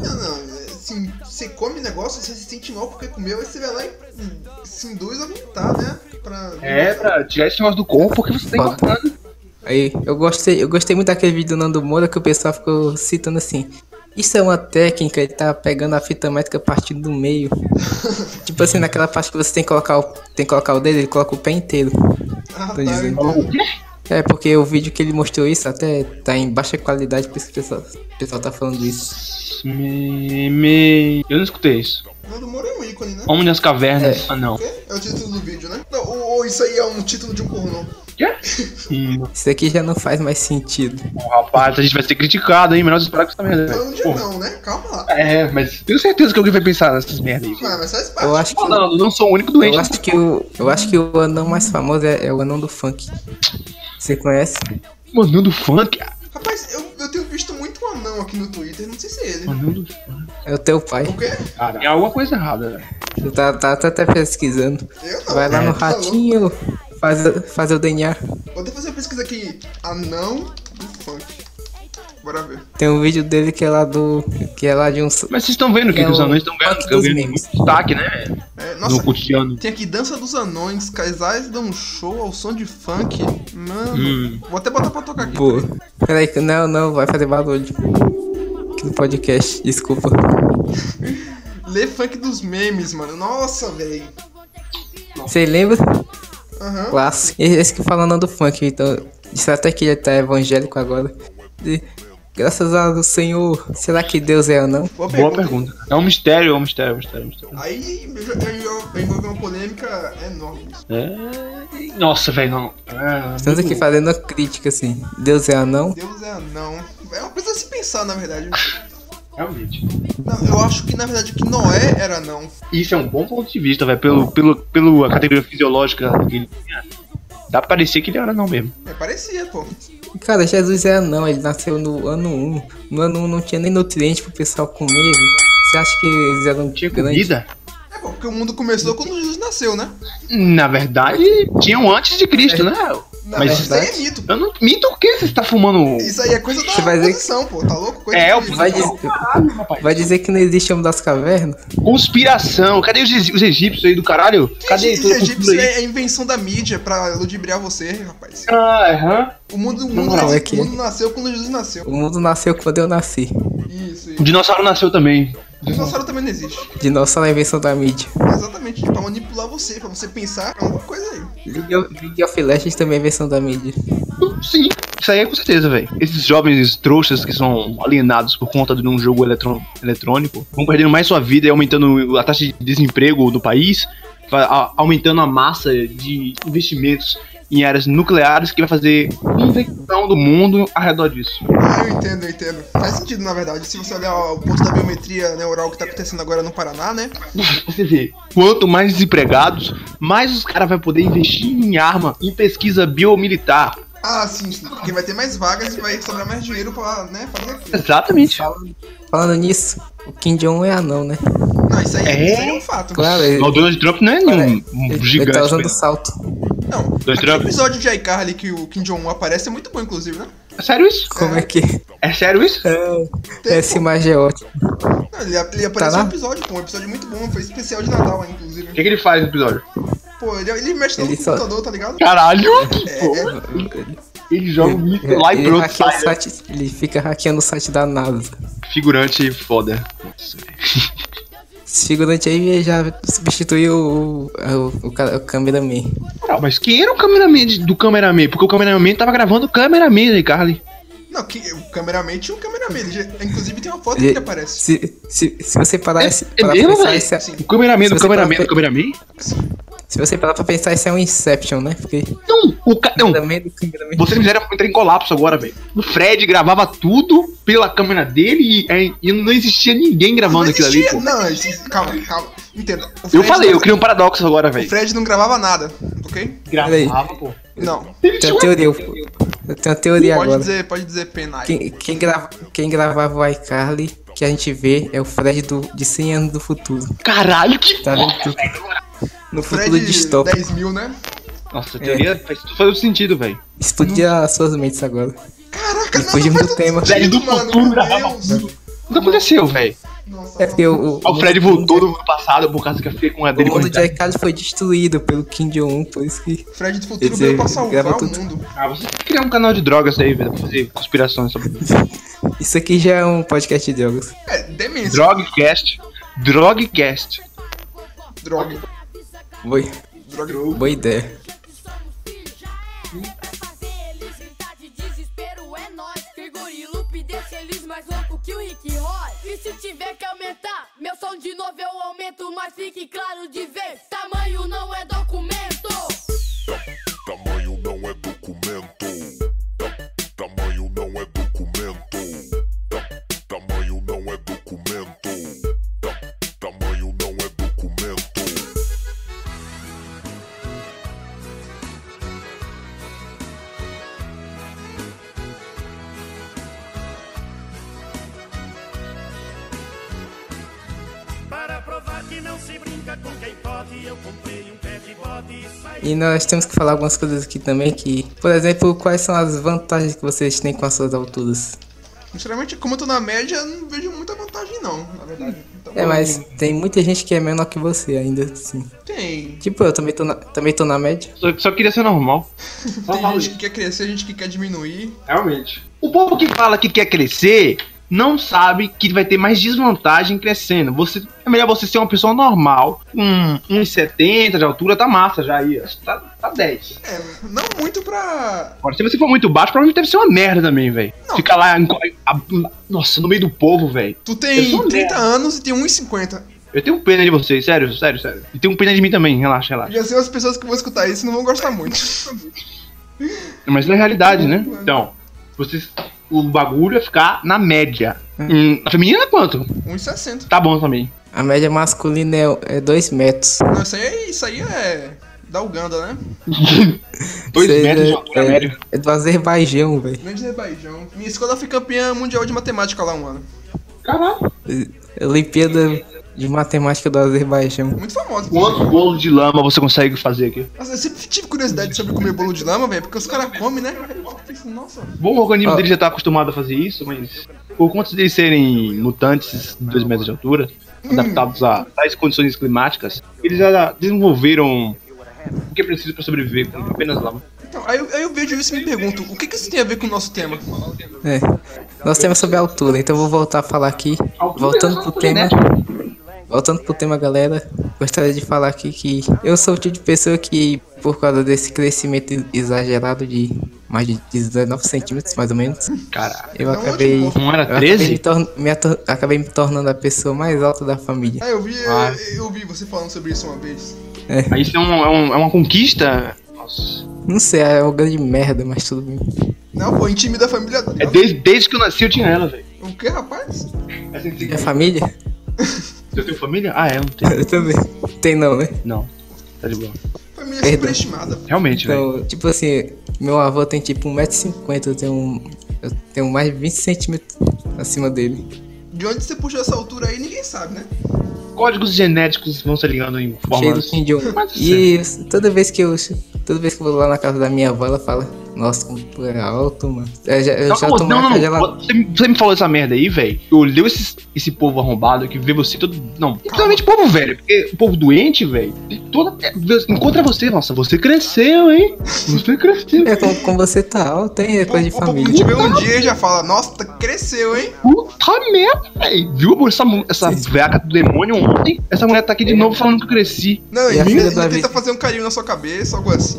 S5: Não, não, é, assim, você come negócio, você se sente mal porque comeu, aí você vai lá e hum, se induz a vomitar, né? Pra...
S6: É, pra tirar esse negócio do corpo porque você tá
S4: Bota.
S6: engordando.
S4: Aí, eu gostei, eu gostei muito daquele vídeo do Nando Moura que o pessoal ficou citando assim. Isso é uma técnica, ele tá pegando a fita métrica partindo do meio. tipo assim, naquela parte que você tem que colocar o, tem que colocar o dedo, ele coloca o pé inteiro.
S5: Ah, tá,
S4: Tô dizendo.
S5: então.
S4: É, porque o vídeo que ele mostrou isso até tá em baixa qualidade, por isso que o pessoal, o pessoal tá falando isso.
S6: Me, me... Eu não escutei isso.
S5: Nando Moura é um ícone, né?
S6: Homem das cavernas. Ah, não.
S5: Quê? É o título do vídeo, né? Não, ou, ou isso aí é um título de um pornô.
S6: Hum,
S4: Isso aqui já não faz mais sentido.
S6: bom, rapaz, a gente vai ser criticado, hein? Melhor esperar que essa
S4: É.
S6: merda.
S5: Não, um dia
S6: Porra.
S5: não, né? Calma lá.
S6: É, mas tenho certeza que alguém vai pensar nessas merdas aí.
S5: Mas, mas faz parte.
S4: Eu acho que.
S6: Não, não, eu não sou o único doente.
S4: Eu acho que o, eu acho que o anão mais famoso é, é o anão do funk. Você conhece?
S6: Mandando funk. ah,
S5: Rapaz, eu, eu tenho visto muito um anão aqui no Twitter, não sei se é ele.
S6: Mandando funk.
S4: É o teu pai.
S5: O quê?
S6: Cara, é alguma coisa errada, velho.
S4: Tu tá, tá, tá até pesquisando.
S5: Eu não.
S4: Vai lá no
S5: Tá louco.
S4: ratinho, fazer faz o DNA.
S5: Vou até fazer uma pesquisa aqui. Anão do funk. Bora ver.
S4: Tem um vídeo dele que é lá do. que é lá de um.
S6: Mas vocês estão vendo o que,
S4: É
S6: que os
S4: o
S6: anões estão ganhando?
S4: funk
S6: Estão
S4: dos
S6: ganhando
S4: memes.
S6: muito destaque, né?
S5: É,
S6: No
S5: nossa,
S6: cotidiano.
S5: tem aqui Dança dos Anões. Casais dão show ao som de funk. Mano,
S6: Hum.
S5: vou até botar pra tocar aqui.
S4: Pô. Peraí, que- não, não, vai fazer barulho. Aqui no podcast, desculpa.
S5: Lê funk dos memes, mano. Nossa, velho.
S4: Você lembra?
S5: Aham.
S4: Clássico. E- Esse que fala não do funk, então. Isso até que ele tá evangélico agora. E, graças ao Senhor, será que Deus é ou não?
S5: Boa
S6: Boa
S5: pergunta.
S6: pergunta. É um mistério, é um mistério, é um mistério. É um mistério.
S5: Aí eu- eu- eu envolveu uma polêmica enorme.
S6: É... Nossa, velho, não. É,
S4: Estamos
S5: Uhum.
S4: aqui fazendo uma crítica assim. Deus é anão?
S5: Deus é anão. É uma coisa a se pensar, na verdade.
S6: realmente.
S5: Não, eu acho que, na verdade, que Noé era anão.
S6: Isso é um bom ponto de vista, velho. Pelo, pelo, pelo a categoria fisiológica que ele tinha. Dá pra parecer que ele era não mesmo.
S5: É, parecia, pô.
S4: Cara, Jesus é anão, ele nasceu no ano 1. No ano 1 não tinha nem nutriente pro pessoal comer. Você acha que eles eram
S6: Tinha
S4: grandes?
S6: comida?
S5: É, pô, porque o mundo começou quando Jesus nasceu, né?
S6: Na verdade, tinham antes de Cristo, né?
S5: Na
S6: Mas-
S5: verdade, isso aí é mito.
S6: Eu não minto o que você tá fumando.
S5: Isso aí é coisa da
S4: Você vai dizer-
S5: posição, pô. Tá louco? Coisa
S6: É,
S5: de-
S6: o
S4: Vai dizer, vai dizer que não existe homem das cavernas?
S6: Conspiração. Cadê os, os egípcios aí do caralho? Cadê
S5: Os
S6: toda a
S5: egípcios
S6: cultura aí?
S5: é a invenção da mídia pra ludibriar você, rapaz.
S6: Ah, aham.
S5: O mundo, o mundo,
S4: moral,
S5: nasce-
S4: é que-
S5: o mundo nasceu quando Jesus nasceu.
S4: O mundo nasceu quando eu nasci.
S5: Isso,
S6: O
S5: isso.
S6: dinossauro nasceu também.
S5: O dinossauro também não existe.
S4: Dinossauro é invenção da mídia.
S5: Exatamente, pra manipular você, pra você pensar alguma coisa aí.
S4: League of- League of Legends também é invenção da mídia.
S6: Sim, isso aí é com certeza, velho. Esses jovens trouxas que são alienados por conta de um jogo eletro- eletrônico vão perdendo mais sua vida e aumentando a taxa de desemprego do país, vai a- aumentando a massa de investimentos em áreas nucleares que vai fazer infecção do mundo ao redor disso.
S5: Ah, eu entendo, eu entendo. Faz sentido, na verdade. Se você olhar o ponto da biometria neural que tá acontecendo agora no Paraná, né?
S6: Você vê, quanto mais desempregados, mais os caras vão poder investir em arma, em pesquisa biomilitar.
S5: Ah, sim, sim. Porque vai ter mais vagas e vai sobrar mais dinheiro pra, né, fazer aquilo.
S6: Exatamente.
S4: Falando nisso, o Kim Jong é anão, né?
S5: Não, isso aí é,
S6: É?
S5: isso aí é um fato.
S4: Claro, ele,
S6: O Donald Trump não é nenhum
S4: ele- ele
S6: gigante.
S4: tá usando
S6: velho.
S4: salto.
S5: Não,
S6: Dois
S5: aquele
S6: trampos.
S5: episódio de iCarly que o Kim Jong-un aparece é muito bom, inclusive, né?
S6: É sério isso?
S4: Como é que.
S6: É sério isso?
S4: Essa imagem é ótima.
S5: Não, ele, ele aparece
S4: Tá lá?
S5: um episódio, pô, um episódio muito bom, foi especial de Natal, né,
S6: O
S5: inclusive.
S6: que, que ele faz no episódio?
S5: Pô, ele, ele mexe no
S4: Ele só-
S5: computador, tá ligado?
S6: Caralho! Ele joga o míssil É um lá né? e
S4: É, Ele,
S6: pronto,
S4: hackeia o
S6: sai.
S4: site, ele fica hackeando o site da NASA.
S6: Figurante foda.
S4: Esse figurante aí já substituiu o, o, o, ca- o cameraman.
S6: Ah, mas quem era o cameraman de- do cameraman? Porque o cameraman tava gravando o cameraman, né, Carly?
S5: Não, que, o cameraman tinha um cameraman. Ele, já- inclusive tem uma foto que ele aparece.
S4: Se, se, se você parar esse-
S6: é
S4: pra
S6: mesmo,
S4: pensar,
S6: velho?
S4: isso é-
S5: Sim.
S6: O cameraman
S4: Se
S6: do
S4: você
S6: cameraman
S4: parar
S6: do cameraman?
S4: se você parar pra pensar, isso é um Inception, né? Porque
S6: Não, o ca... não.
S4: cameraman do cameraman.
S6: Vocês fizeram entrar em colapso agora, velho. O Fred gravava tudo pela câmera dele e, é, e não existia ninguém gravando Tá aquilo ali, pô.
S5: Não, isso- calma, calma. Entenda. o
S6: Eu
S5: Fred
S6: falei,
S5: não-
S6: eu criei um paradoxo agora,
S5: O
S6: velho.
S5: Fred não gravava nada. Por ok?
S4: Peraí.
S6: Gravava, pô.
S5: Não.
S6: Ele
S4: Tem
S6: tinha
S4: uma
S6: uma-
S4: teoria. Eu, eu tenho uma teoria
S5: Pode
S4: agora.
S5: dizer, pode dizer penai.
S4: Quem, quem, grava- quem gravava o iCarly que a gente vê é o Fred do, de 100 anos do futuro.
S6: um Caralho, que.
S4: Tá vendo? tudo? No
S5: Fred
S4: futuro distópico.
S5: 10 mil, né?
S6: Nossa, a teoria faz tudo faz sentido, velho.
S4: Explodir as suas mentes agora.
S5: Caraca,
S4: E fugimos do tema.
S6: Velho do futuro gravava
S5: meu Deus.
S6: O que aconteceu, velho?
S5: Nossa,
S4: É porque o, o,
S6: O Fred voltou do mundo passado por causa que a filha com a
S4: o
S6: dele
S4: mundo de
S6: conectada.
S4: iCarly foi destruído pelo Kim Jong-un, por isso que.
S5: Fred do futuro
S4: Esse
S5: veio pra
S4: aí
S5: salvar
S4: grava
S5: o
S4: tudo.
S5: mundo.
S6: Ah, você tem que criar um canal de drogas aí, velho, pra fazer conspirações sobre
S4: Isso aqui já é um podcast de jogos.
S5: É, demência.
S6: Drogcast. Drogcast.
S5: Droga.
S4: Boa,
S5: Droga.
S4: boa ideia.
S9: Pra fazer eles gritar de desespero é nós. Frigorilo, deixa eles mais louco que o Rick Roy. E se tiver que aumentar, meu som de novo eu aumento, mas fique claro de vez: tamanho não é documento.
S10: Tamanho não é documento. Ta- Tamanho não é documento. Ta- Tamanho não é documento. Ta- Tamanho não é documento.
S1: Para provar que não se brinca com quem pode, eu comprei um pé de bode e saí.
S4: E nós temos que falar algumas coisas aqui também que. Por exemplo, quais são as vantagens que vocês têm com as suas alturas?
S5: Sinceramente, como eu tô na média, eu não vejo muita vantagem, não, na verdade. Então,
S4: É, mas tem muita gente que é menor que você ainda, assim.
S5: Tem.
S4: Tipo, eu também tô na, também tô na média.
S6: Só, só queria ser normal. Só
S5: Tem
S6: falo
S5: gente que quer crescer, gente que quer diminuir.
S6: Realmente. O povo que fala que quer crescer não sabe que vai ter mais desvantagem crescendo. Você, é melhor você ser uma pessoa normal. Um 1,70 de altura tá massa já aí. ó. Tá, tá 10.
S5: É, não muito pra.
S6: Agora, se você for muito baixo, provavelmente deve ser uma merda também, velho.
S5: Não.
S6: Ficar lá. enco- a- nossa, no meio do povo, velho.
S5: Tu
S6: Eu sou
S5: tem
S6: um
S5: 30 anos e tem 1,50.
S6: Eu tenho pena de vocês, sério, sério, sério. E tenho pena de mim também, relaxa, relaxa.
S5: Já sei as pessoas que vão escutar isso não vão gostar muito.
S6: Mas na realidade, né? Então, vocês. O bagulho é ficar na média. Hum, a feminina é quanto?
S5: 1,60.
S6: Tá bom também.
S4: A média masculina é 2 metros.
S5: Não, Isso aí, é- isso aí é. Da Uganda, né?
S6: Dois
S4: Seja,
S6: metros de altura
S4: é,
S6: média.
S4: É do Azerbaijão, velho.
S5: Grande Azerbaijão. Minha escola foi campeã mundial de matemática lá um ano.
S6: Caralho.
S4: Olimpíada de Matemática do Azerbaijão.
S5: Muito famosa.
S6: Quanto bolo de lama você consegue fazer aqui?
S5: Nossa, eu sempre tive curiosidade sobre comer bolo de lama, velho, porque os caras comem, né? Aí eu fico pensando, Nossa,
S6: Bom, o organismo
S4: Ah.
S6: dele já tá acostumado a fazer isso, mas por conta deles serem mutantes de 2 metros de altura, adaptados a tais condições climáticas, eles já desenvolveram o que é preciso pra sobreviver com apenas lama.
S5: Então, aí, eu, aí eu vejo isso e me pergunto, o que, que isso tem a ver com o nosso tema?
S4: É. Nós temos sobre a altura, então eu vou voltar a falar aqui. Voltando pro tema. Voltando pro tema, galera, gostaria de falar aqui que eu sou o tipo de pessoa que, por causa desse crescimento exagerado de mais de 19 centímetros, mais ou menos,
S6: Caralho.
S4: eu
S5: Não,
S4: acabei.
S5: hoje
S6: Não era
S4: Eu acabei, me
S6: 13?
S4: torn- me ator- acabei me tornando a pessoa mais alta da família.
S5: Ah, eu vi,
S6: Ah.
S5: eu, eu vi você falando sobre isso uma vez.
S6: Aí isso é, um- é um- é uma conquista. Nossa.
S4: Não sei, é uma grande merda, mas tudo bem.
S5: Não, pô, intime da família dela.
S6: É desde, desde que eu nasci eu tinha ela, velho. É
S5: O que, rapaz?
S4: Minha família?
S6: Eu tenho família? Ah, é, não tenho.
S4: Eu também. Tem não, né?
S6: Não. Tá de boa.
S5: Família
S4: Perdão.
S5: superestimada.
S6: Realmente, velho.
S4: Então, tipo assim, meu avô tem tipo 1,50m, eu tenho, um, eu tenho mais de 20 centímetros acima dele.
S5: De onde você puxou essa altura aí, ninguém sabe, né?
S6: Códigos genéticos vão se ligando em
S4: Cheio do
S6: formas.
S4: Kim Jong.
S6: Mas
S4: E toda vez que eu. Toda vez que eu vou lá na casa da minha avó, ela fala, nossa, como tu é alto, mano. Eu já, eu já
S6: Não,
S4: tô
S6: não,
S4: mais
S6: não,
S4: congelado.
S6: Você, me- você me falou essa merda aí, velho. Eu olhei esse, esse povo arrombado que vê você todo. Não, principalmente o povo velho. Porque o povo doente, velho, tem toda. é, vê- Encontra você, nossa, você cresceu, hein? Você cresceu.
S4: É, como, como você tá alto, hein? É coisa de
S5: O- o povo
S4: família.
S5: que te vê um dia e já fala, nossa, tá- cresceu, hein?
S6: Puta merda, velho. Viu amor, essa, mu- essa veaca do demônio ontem? Essa mulher tá aqui
S4: É.
S6: de novo falando que eu cresci.
S5: Não,
S4: E a
S5: ele,
S4: filha
S5: ele
S4: da
S5: tenta
S4: Vi-
S5: fazer um carinho na sua cabeça, algo assim.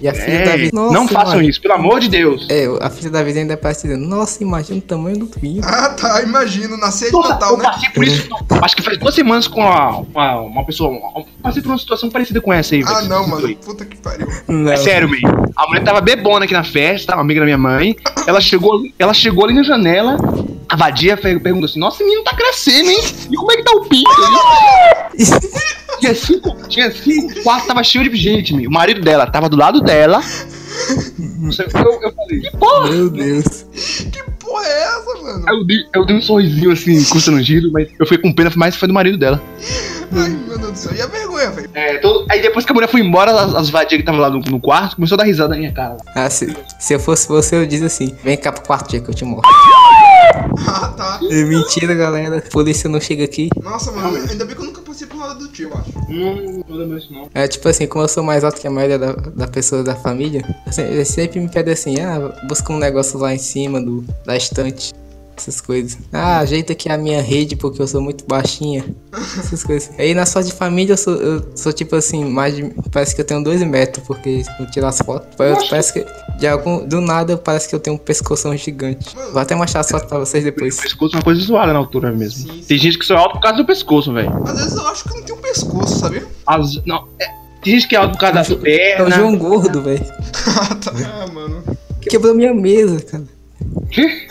S4: E a filha da
S6: É,
S4: vida.
S6: não façam isso, pelo amor de Deus.
S4: É, a filha da vida ainda parece dizendo, nossa, imagina o tamanho do filho.
S5: Ah, tá, imagino, na
S4: É
S5: ceia de
S6: Nossa,
S5: Natal,
S6: eu
S5: né?
S6: passei por isso. Acho que faz duas semanas com uma, uma, uma pessoa. uma- passei por uma situação parecida com essa aí, velho.
S5: Ah, não, mano, puta que pariu.
S4: Não.
S6: É sério, meio. A mulher tava bebona aqui na festa, tava amiga da minha mãe. Ela chegou, ela chegou ali na janela. A vadia fe- perguntou assim: Nossa, esse menino tá crescendo, hein? E como é que tá o pinto? Tinha cinco, tinha cinco, o quarto tava cheio de gente, meu. O marido dela tava do lado dela. Não sei, eu, eu falei, que porra!
S4: Meu Deus.
S5: Que porra é essa, mano?
S6: Aí Eu dei, eu dei um sorrisinho assim, constrangido, mas eu fiquei com pena, mas foi do marido dela.
S5: Ai, meu Deus do céu. E a vergonha, velho?
S6: É, todo- aí depois que a mulher foi embora, as, as vadias que tava lá no, no quarto, começou a dar risada na minha cara.
S4: Ah, se, se eu fosse você, eu diz assim: vem cá pro quarto dia que eu te mostro.
S5: Ah, tá.
S4: É mentira, galera. Polícia não chega aqui.
S5: Nossa, mano, ainda bem que eu nunca passei por nada do tio, eu acho.
S6: Não, não lembro isso não.
S4: É tipo assim, como eu sou mais alto que a maioria da, da pessoa da família, assim, eles sempre me pedem assim, ah, busca um negócio lá em cima do, da estante. Essas coisas. Ah, ajeita aqui a minha rede porque eu sou muito baixinha. Essas coisas. Aí na sorte de família eu sou, eu sou tipo assim, mais de, parece que eu tenho dois metros, porque eu tiro as fotos. Eu- parece que de algum. Do nada parece que eu tenho um pescoção gigante. Vou até mostrar as fotos pra vocês depois.
S6: O pescoço é uma coisa zoada na altura mesmo.
S5: Sim, sim.
S6: Tem gente que só é alto por causa do pescoço, velho.
S5: Às vezes eu acho que não tem um pescoço, sabe?
S6: As- Não, é, tem gente que é alto por causa das
S4: É o
S6: pernas.
S4: João Gordo, velho.
S5: Ah, tá. Ah, mano.
S4: Quebrou minha mesa, cara.
S6: Quê?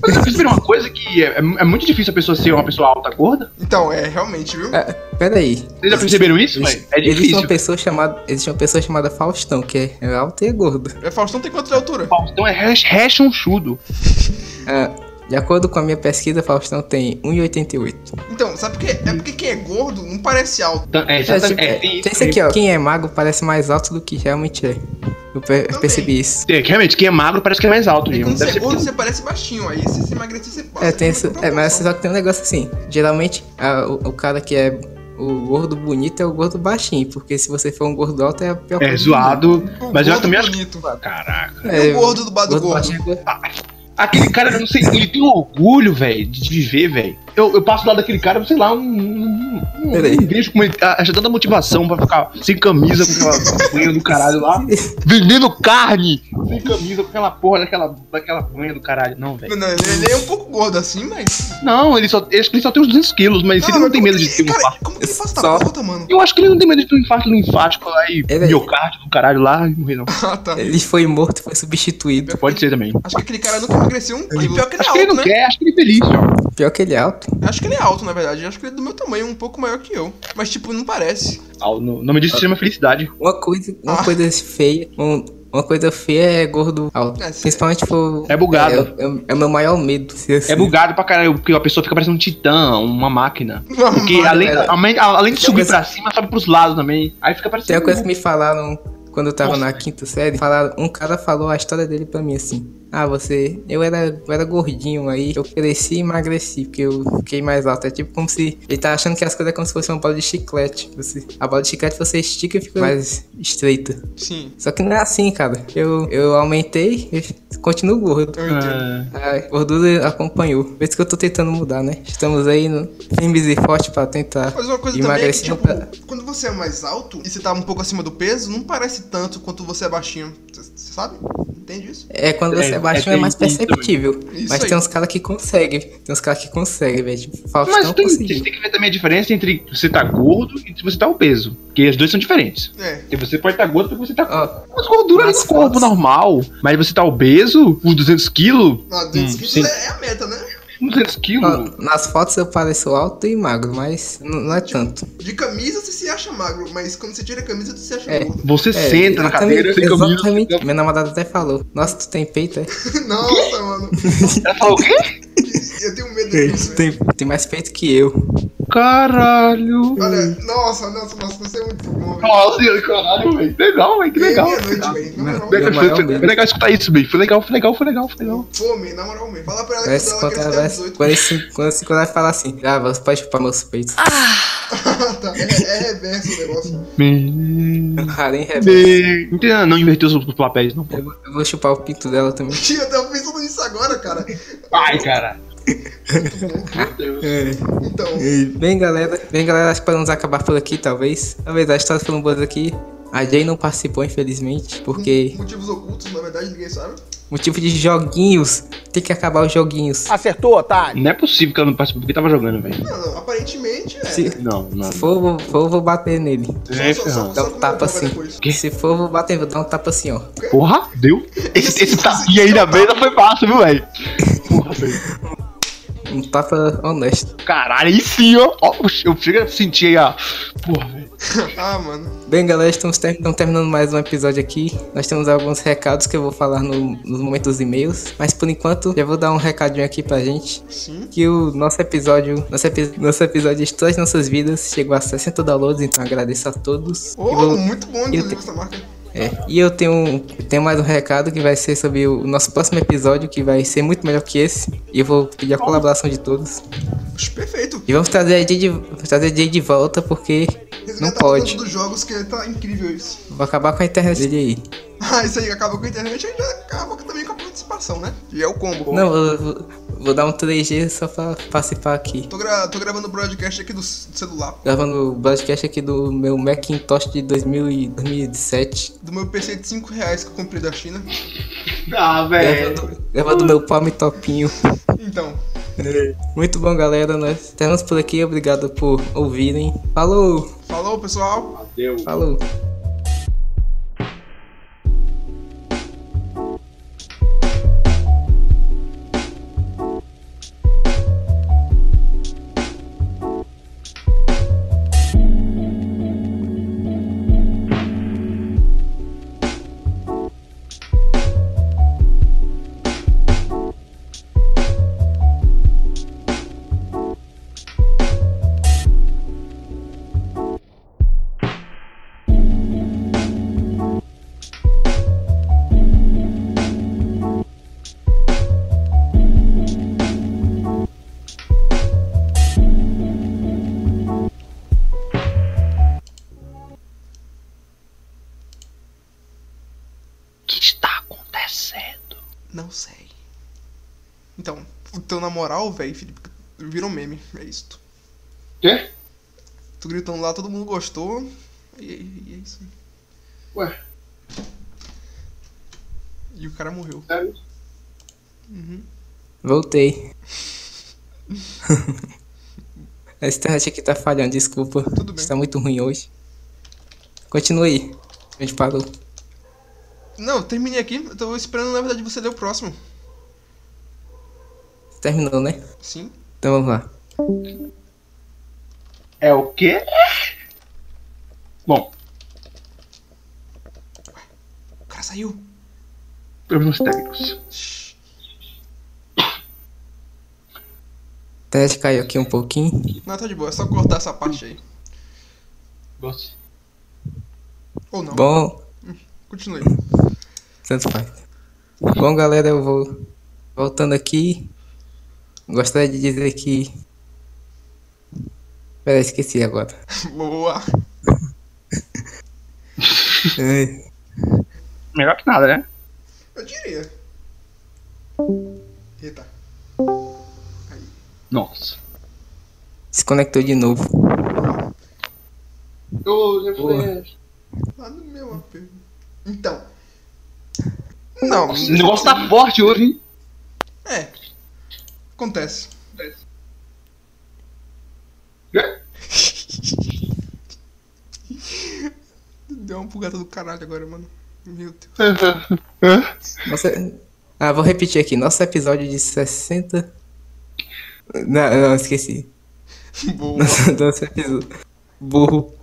S6: Mas Vocês viram uma coisa que é, é- é muito difícil a pessoa ser uma pessoa alta gorda?
S5: Então, é, realmente, viu?
S4: Ah, pera aí.
S6: Vocês já perceberam isso, velho? É
S4: Existe uma
S6: difícil.
S4: pessoa chamada, existe uma pessoa chamada Faustão, que é- é alta e é gorda.
S5: É, Faustão tem quanto de altura?
S6: Então é hash- rechonchudo.
S4: Ah, de acordo com a minha pesquisa, Faustão tem 1,88.
S5: Então, sabe por quê? É porque quem é gordo não parece alto.
S6: Então, É,
S4: É,
S6: exatamente.
S4: tipo,
S6: É,
S4: é,
S6: tem-
S4: tem isso aqui, ó. Quem é magro parece mais alto do que realmente é. Eu pe-
S5: Também.
S4: percebi isso.
S6: tem- realmente, quem é magro parece que é mais alto,
S5: E
S6: mesmo.
S5: quando
S6: Deve
S5: você é
S6: ser
S5: gordo, você parece baixinho. Aí se você emagrecer, você passa.
S4: É, tem
S5: de
S4: isso,
S5: outra
S4: é, mas
S5: proporção.
S4: só que tem um negócio assim. Geralmente, a- o, o cara que é o gordo bonito é o gordo baixinho, porque se você for um gordo alto é a pior
S6: É
S4: coisa do
S6: zoado, É
S5: O
S6: mas eu
S5: gordo
S6: também acho.
S5: bonito.
S6: Caraca.
S4: mundo. É,
S5: E o gordo do bar do
S4: gordo
S5: gordo.
S4: baixinho é gordo.
S6: Aquele cara, eu não sei, ele tem orgulho, velho, de viver, velho. Eu, eu passo lá daquele cara, sei lá, um. um, um-
S4: Peraí.
S6: um vejo como ele a- acha tanta motivação pra ficar sem camisa com aquela banha do caralho lá. Vendendo carne! Sem camisa com aquela porra daquela, daquela banha do caralho. Não, velho.
S5: Não, não, ele ele é um pouco gordo assim, mas.
S6: Não, ele só, eu acho que ele só tem uns 200 quilos, mas ele não
S5: mas
S6: tem
S5: como
S6: medo
S5: que-
S6: de ter um
S5: Cara,
S6: infarto.
S5: como que ele faz
S4: Só-
S5: tá gorda, mano?
S6: Eu acho que ele não tem medo de ter um infarto linfático lá e
S4: É, velho.
S6: miocárdio do caralho lá e morrer, não.
S5: Ah, tá.
S4: Ele foi morto e foi substituído.
S6: Pode ser também.
S5: Acho que aquele cara nunca emagreceu um quilo. Pior que ele é
S6: Acho que ele
S5: alto,
S6: não
S5: né?
S6: quer, acho que ele é feliz, ó.
S4: Pior que ele é alto.
S5: Acho que ele é alto, na verdade. Acho que ele é do meu tamanho, um pouco maior que eu. Mas, tipo, não parece.
S6: Ah, O no- nome disso se chama felicidade.
S4: Uma coisa, uma
S5: Ah.
S4: coisa feia, um- uma coisa feia é gordo alto.
S5: É, sim.
S4: Principalmente por.
S6: É bugado.
S4: É, é- é o meu maior medo. se assim.
S6: É bugado pra caralho, porque a pessoa fica parecendo um titã, uma máquina.
S5: Não,
S6: Porque além,
S4: cara.
S6: além, além de
S4: é. Tem
S6: subir
S4: coisa-
S6: pra cima, sobe pros lados também. Aí fica
S4: Tem
S6: parecendo. um-
S4: uma coisa que me falaram quando eu tava
S6: Nossa,
S4: na
S6: velho.
S4: quinta série. Falaram, um cara falou a história dele pra mim assim. Ah, você. Eu era, eu era gordinho aí, eu cresci e emagreci, porque eu fiquei mais alto. É tipo como se. Ele tá achando que as coisas é como se fosse uma bola de chiclete. Você, a bola de chiclete você estica e fica mais estreita.
S5: Sim,
S4: Só que não é assim, cara. Eu, eu aumentei e continuo gordo.
S5: eu entendo.
S6: Ah,
S4: A gordura acompanhou. Por isso que eu tô tentando mudar, né? Estamos aí no firmes e forte pra tentar
S5: Mas uma coisa
S4: emagrecer.
S5: também é
S4: pra-
S5: que, tipo, quando você é mais alto e você tá um pouco acima do peso, não parece tanto quanto você é baixinho. Você sabe? Entende isso?
S4: É, quando você
S6: É,
S4: é baixo
S6: é
S4: é, mais
S6: tem isso
S4: perceptível.
S5: Isso
S4: É, Mas
S5: aí.
S4: tem um uns caras que conseguem. Tem uns caras que conseguem, velho. Tipo,
S6: Mas
S4: Faustão
S6: tem,
S4: conseguiu.
S6: tem que ver também a diferença entre você tá gordo e você tá obeso. Porque as duas são diferentes.
S5: É.
S6: Porque você pode estar tá gordo porque você tá com
S4: Ó,
S6: umas gorduras ali
S4: Nas
S6: no corpo
S4: fotos.
S6: normal. Mas você tá obeso, com 200 quilos.
S5: Ah, 200 quilos
S6: Hum, sim.
S5: é, é a meta, né?
S6: 200 quilos.
S4: ó, nas fotos eu pareço alto e magro, mas n- não é tanto.
S5: De camisa você se acha magro, mas quando você tira a camisa você se acha
S4: É.
S5: gordo.
S6: Você
S4: É,
S6: senta na cadeira, sem camisa.
S4: Exatamente. Minha namorada até falou. Nossa, tu tem peito, é?
S5: Nossa, mano.
S6: Ela fala o quê?
S5: Eu tenho medo disso.
S4: Tu
S5: velho.
S4: tem, tem mais peito que eu.
S6: Caralho.
S5: Olha, nossa, nossa, nossa, você é muito bom, velho.
S6: Nossa, caralho, velho. Legal, velho. Que legal.
S5: É meia-noite, velho. Na moral,
S6: Foi,
S4: Meu
S6: foi-
S4: maior
S6: foi-
S4: medo.
S6: foi legal escutar isso, bem. Foi legal, foi legal, foi legal, foi legal.
S5: fome, na moral, mesmo. Fala pra ela que
S4: Parece
S5: quando ela
S4: quando ela
S5: crescer
S4: vai,
S5: até 18.
S4: quando esse- quando esse cara vai falar assim, ah, você pode chupar meus peitos.
S5: Ah, tá. É, é reverso o negócio.
S6: Bem,
S4: Ah, nem revela.
S6: bem. Não, tem nada, não inverteu os os papéis, não.
S4: Eu, vou- eu vou chupar o pinto dela também.
S5: Tio, eu tava pensando nisso agora, cara.
S6: Ai, cara.
S5: Então,
S4: Bem, galera, bem, galera, acho que podemos acabar por aqui, talvez. Talvez as histórias foram boas aqui. A Jay não participou, infelizmente, porque
S5: motivos ocultos, na verdade, ninguém sabe.
S4: motivo de joguinhos, tem que acabar os joguinhos.
S7: Acertou, otário.
S6: Não é possível que ela não participou porque tava jogando, velho.
S5: Não, não, aparentemente é.
S4: Se,
S6: Não, não.
S4: se for, eu vou- for, eu vou bater nele.
S6: É,
S5: Só- só- só-
S6: ferrão.
S5: só
S4: Dá um tapa
S5: comentar
S4: assim.
S5: depois.
S6: Quê?
S4: Se for, eu vou bater, vou dar um tapa assim, ó.
S6: Porra, tá deu. Esse, esse tapinha aí na mesa foi fácil, viu, velho? Porra, velho.
S4: Um tapa honesto.
S6: Caralho, aí sim, ó. Ó, Eu chego a sentir aí, ó. Porra, velho.
S5: ah, mano.
S4: Bem, galera, estamos, ter- estamos terminando mais um episódio aqui. Nós temos alguns recados que eu vou falar no- nos momentos e-mails. Mas por enquanto, já vou dar um recadinho aqui pra gente.
S5: Sim.
S4: Que o nosso episódio, nosso, epi- nosso episódio Histórias de Nossas Vidas, chegou a 60 downloads, então agradeço a todos.
S5: Oh,
S4: E vou-
S5: muito bom, inclusive,
S4: eu-
S5: essa marca.
S4: É, e eu tenho, tenho mais um recado que vai ser sobre o nosso próximo episódio, que vai ser muito melhor que esse. E eu vou pedir a colaboração de todos.
S5: Poxa, perfeito.
S4: E vamos trazer a Jay de, vamos trazer a Jay de volta, porque não
S5: Resgatar
S4: pode.
S5: tanto dos jogos que tá incrível isso.
S4: Vou acabar com a internet dele aí.
S5: Ah, isso aí acaba com a internet e já acaba também com a participação, né? E é o combo.
S4: Não, eu vou, vou dar um 3G só pra participar aqui.
S5: Tô, gra- tô gravando o broadcast aqui do c- do celular,
S4: Gravando o broadcast aqui do meu Macintosh de 2000 e 2017.
S5: do meu PC de 5 reais que eu comprei da China.
S6: Ah,
S5: É.
S6: velho.
S4: Gravando, gravando meu palme topinho.
S5: Então,
S4: Muito bom, galera. Nós estamos por aqui. Obrigado por ouvirem. Falou!
S5: falou pessoal.
S4: Falou!
S6: O que está acontecendo?
S5: Não sei. Então, então na moral, velho, Felipe, virou meme. É isso.
S6: Quê?
S5: Tu gritando lá, todo mundo gostou. E, e é isso.
S6: Ué,
S5: E o cara morreu.
S6: sério?
S4: Voltei. A internet aqui tá falhando, desculpa.
S5: Tudo bem.
S4: Está muito ruim hoje. Continue. A gente parou.
S5: Não, eu terminei aqui. Eu tô esperando, na verdade, você ler o próximo.
S4: Terminou, né?
S5: Sim.
S4: Então vamos lá.
S6: É o quê? Bom,
S5: O cara saiu.
S6: problemas técnicos.
S5: Shhh.
S4: A internet caiu aqui um pouquinho.
S5: Não, tá de boa. É só cortar essa parte aí.
S6: Nossa.
S5: Ou não.
S4: Bom,
S5: Continue.
S4: tanto faz. Bom, galera, eu vou voltando aqui. Gostaria de dizer que. Pera, esqueci agora.
S5: Boa.
S4: É,
S6: Melhor que nada, né?
S5: Eu diria. Eita.
S6: Nossa.
S4: Desconectou de novo.
S5: Lá no meu AP. Então. Não.
S6: Esse negócio tá forte hoje, hein?
S5: É. Acontece.
S6: Quê?
S5: Deu uma pulgada do caralho agora, mano. Meu Deus.
S4: Nossa... Ah, vou repetir aqui. Nosso episódio de 60. Não, não, esqueci.
S5: Boa.
S4: Nosso, nosso episódio. Burro.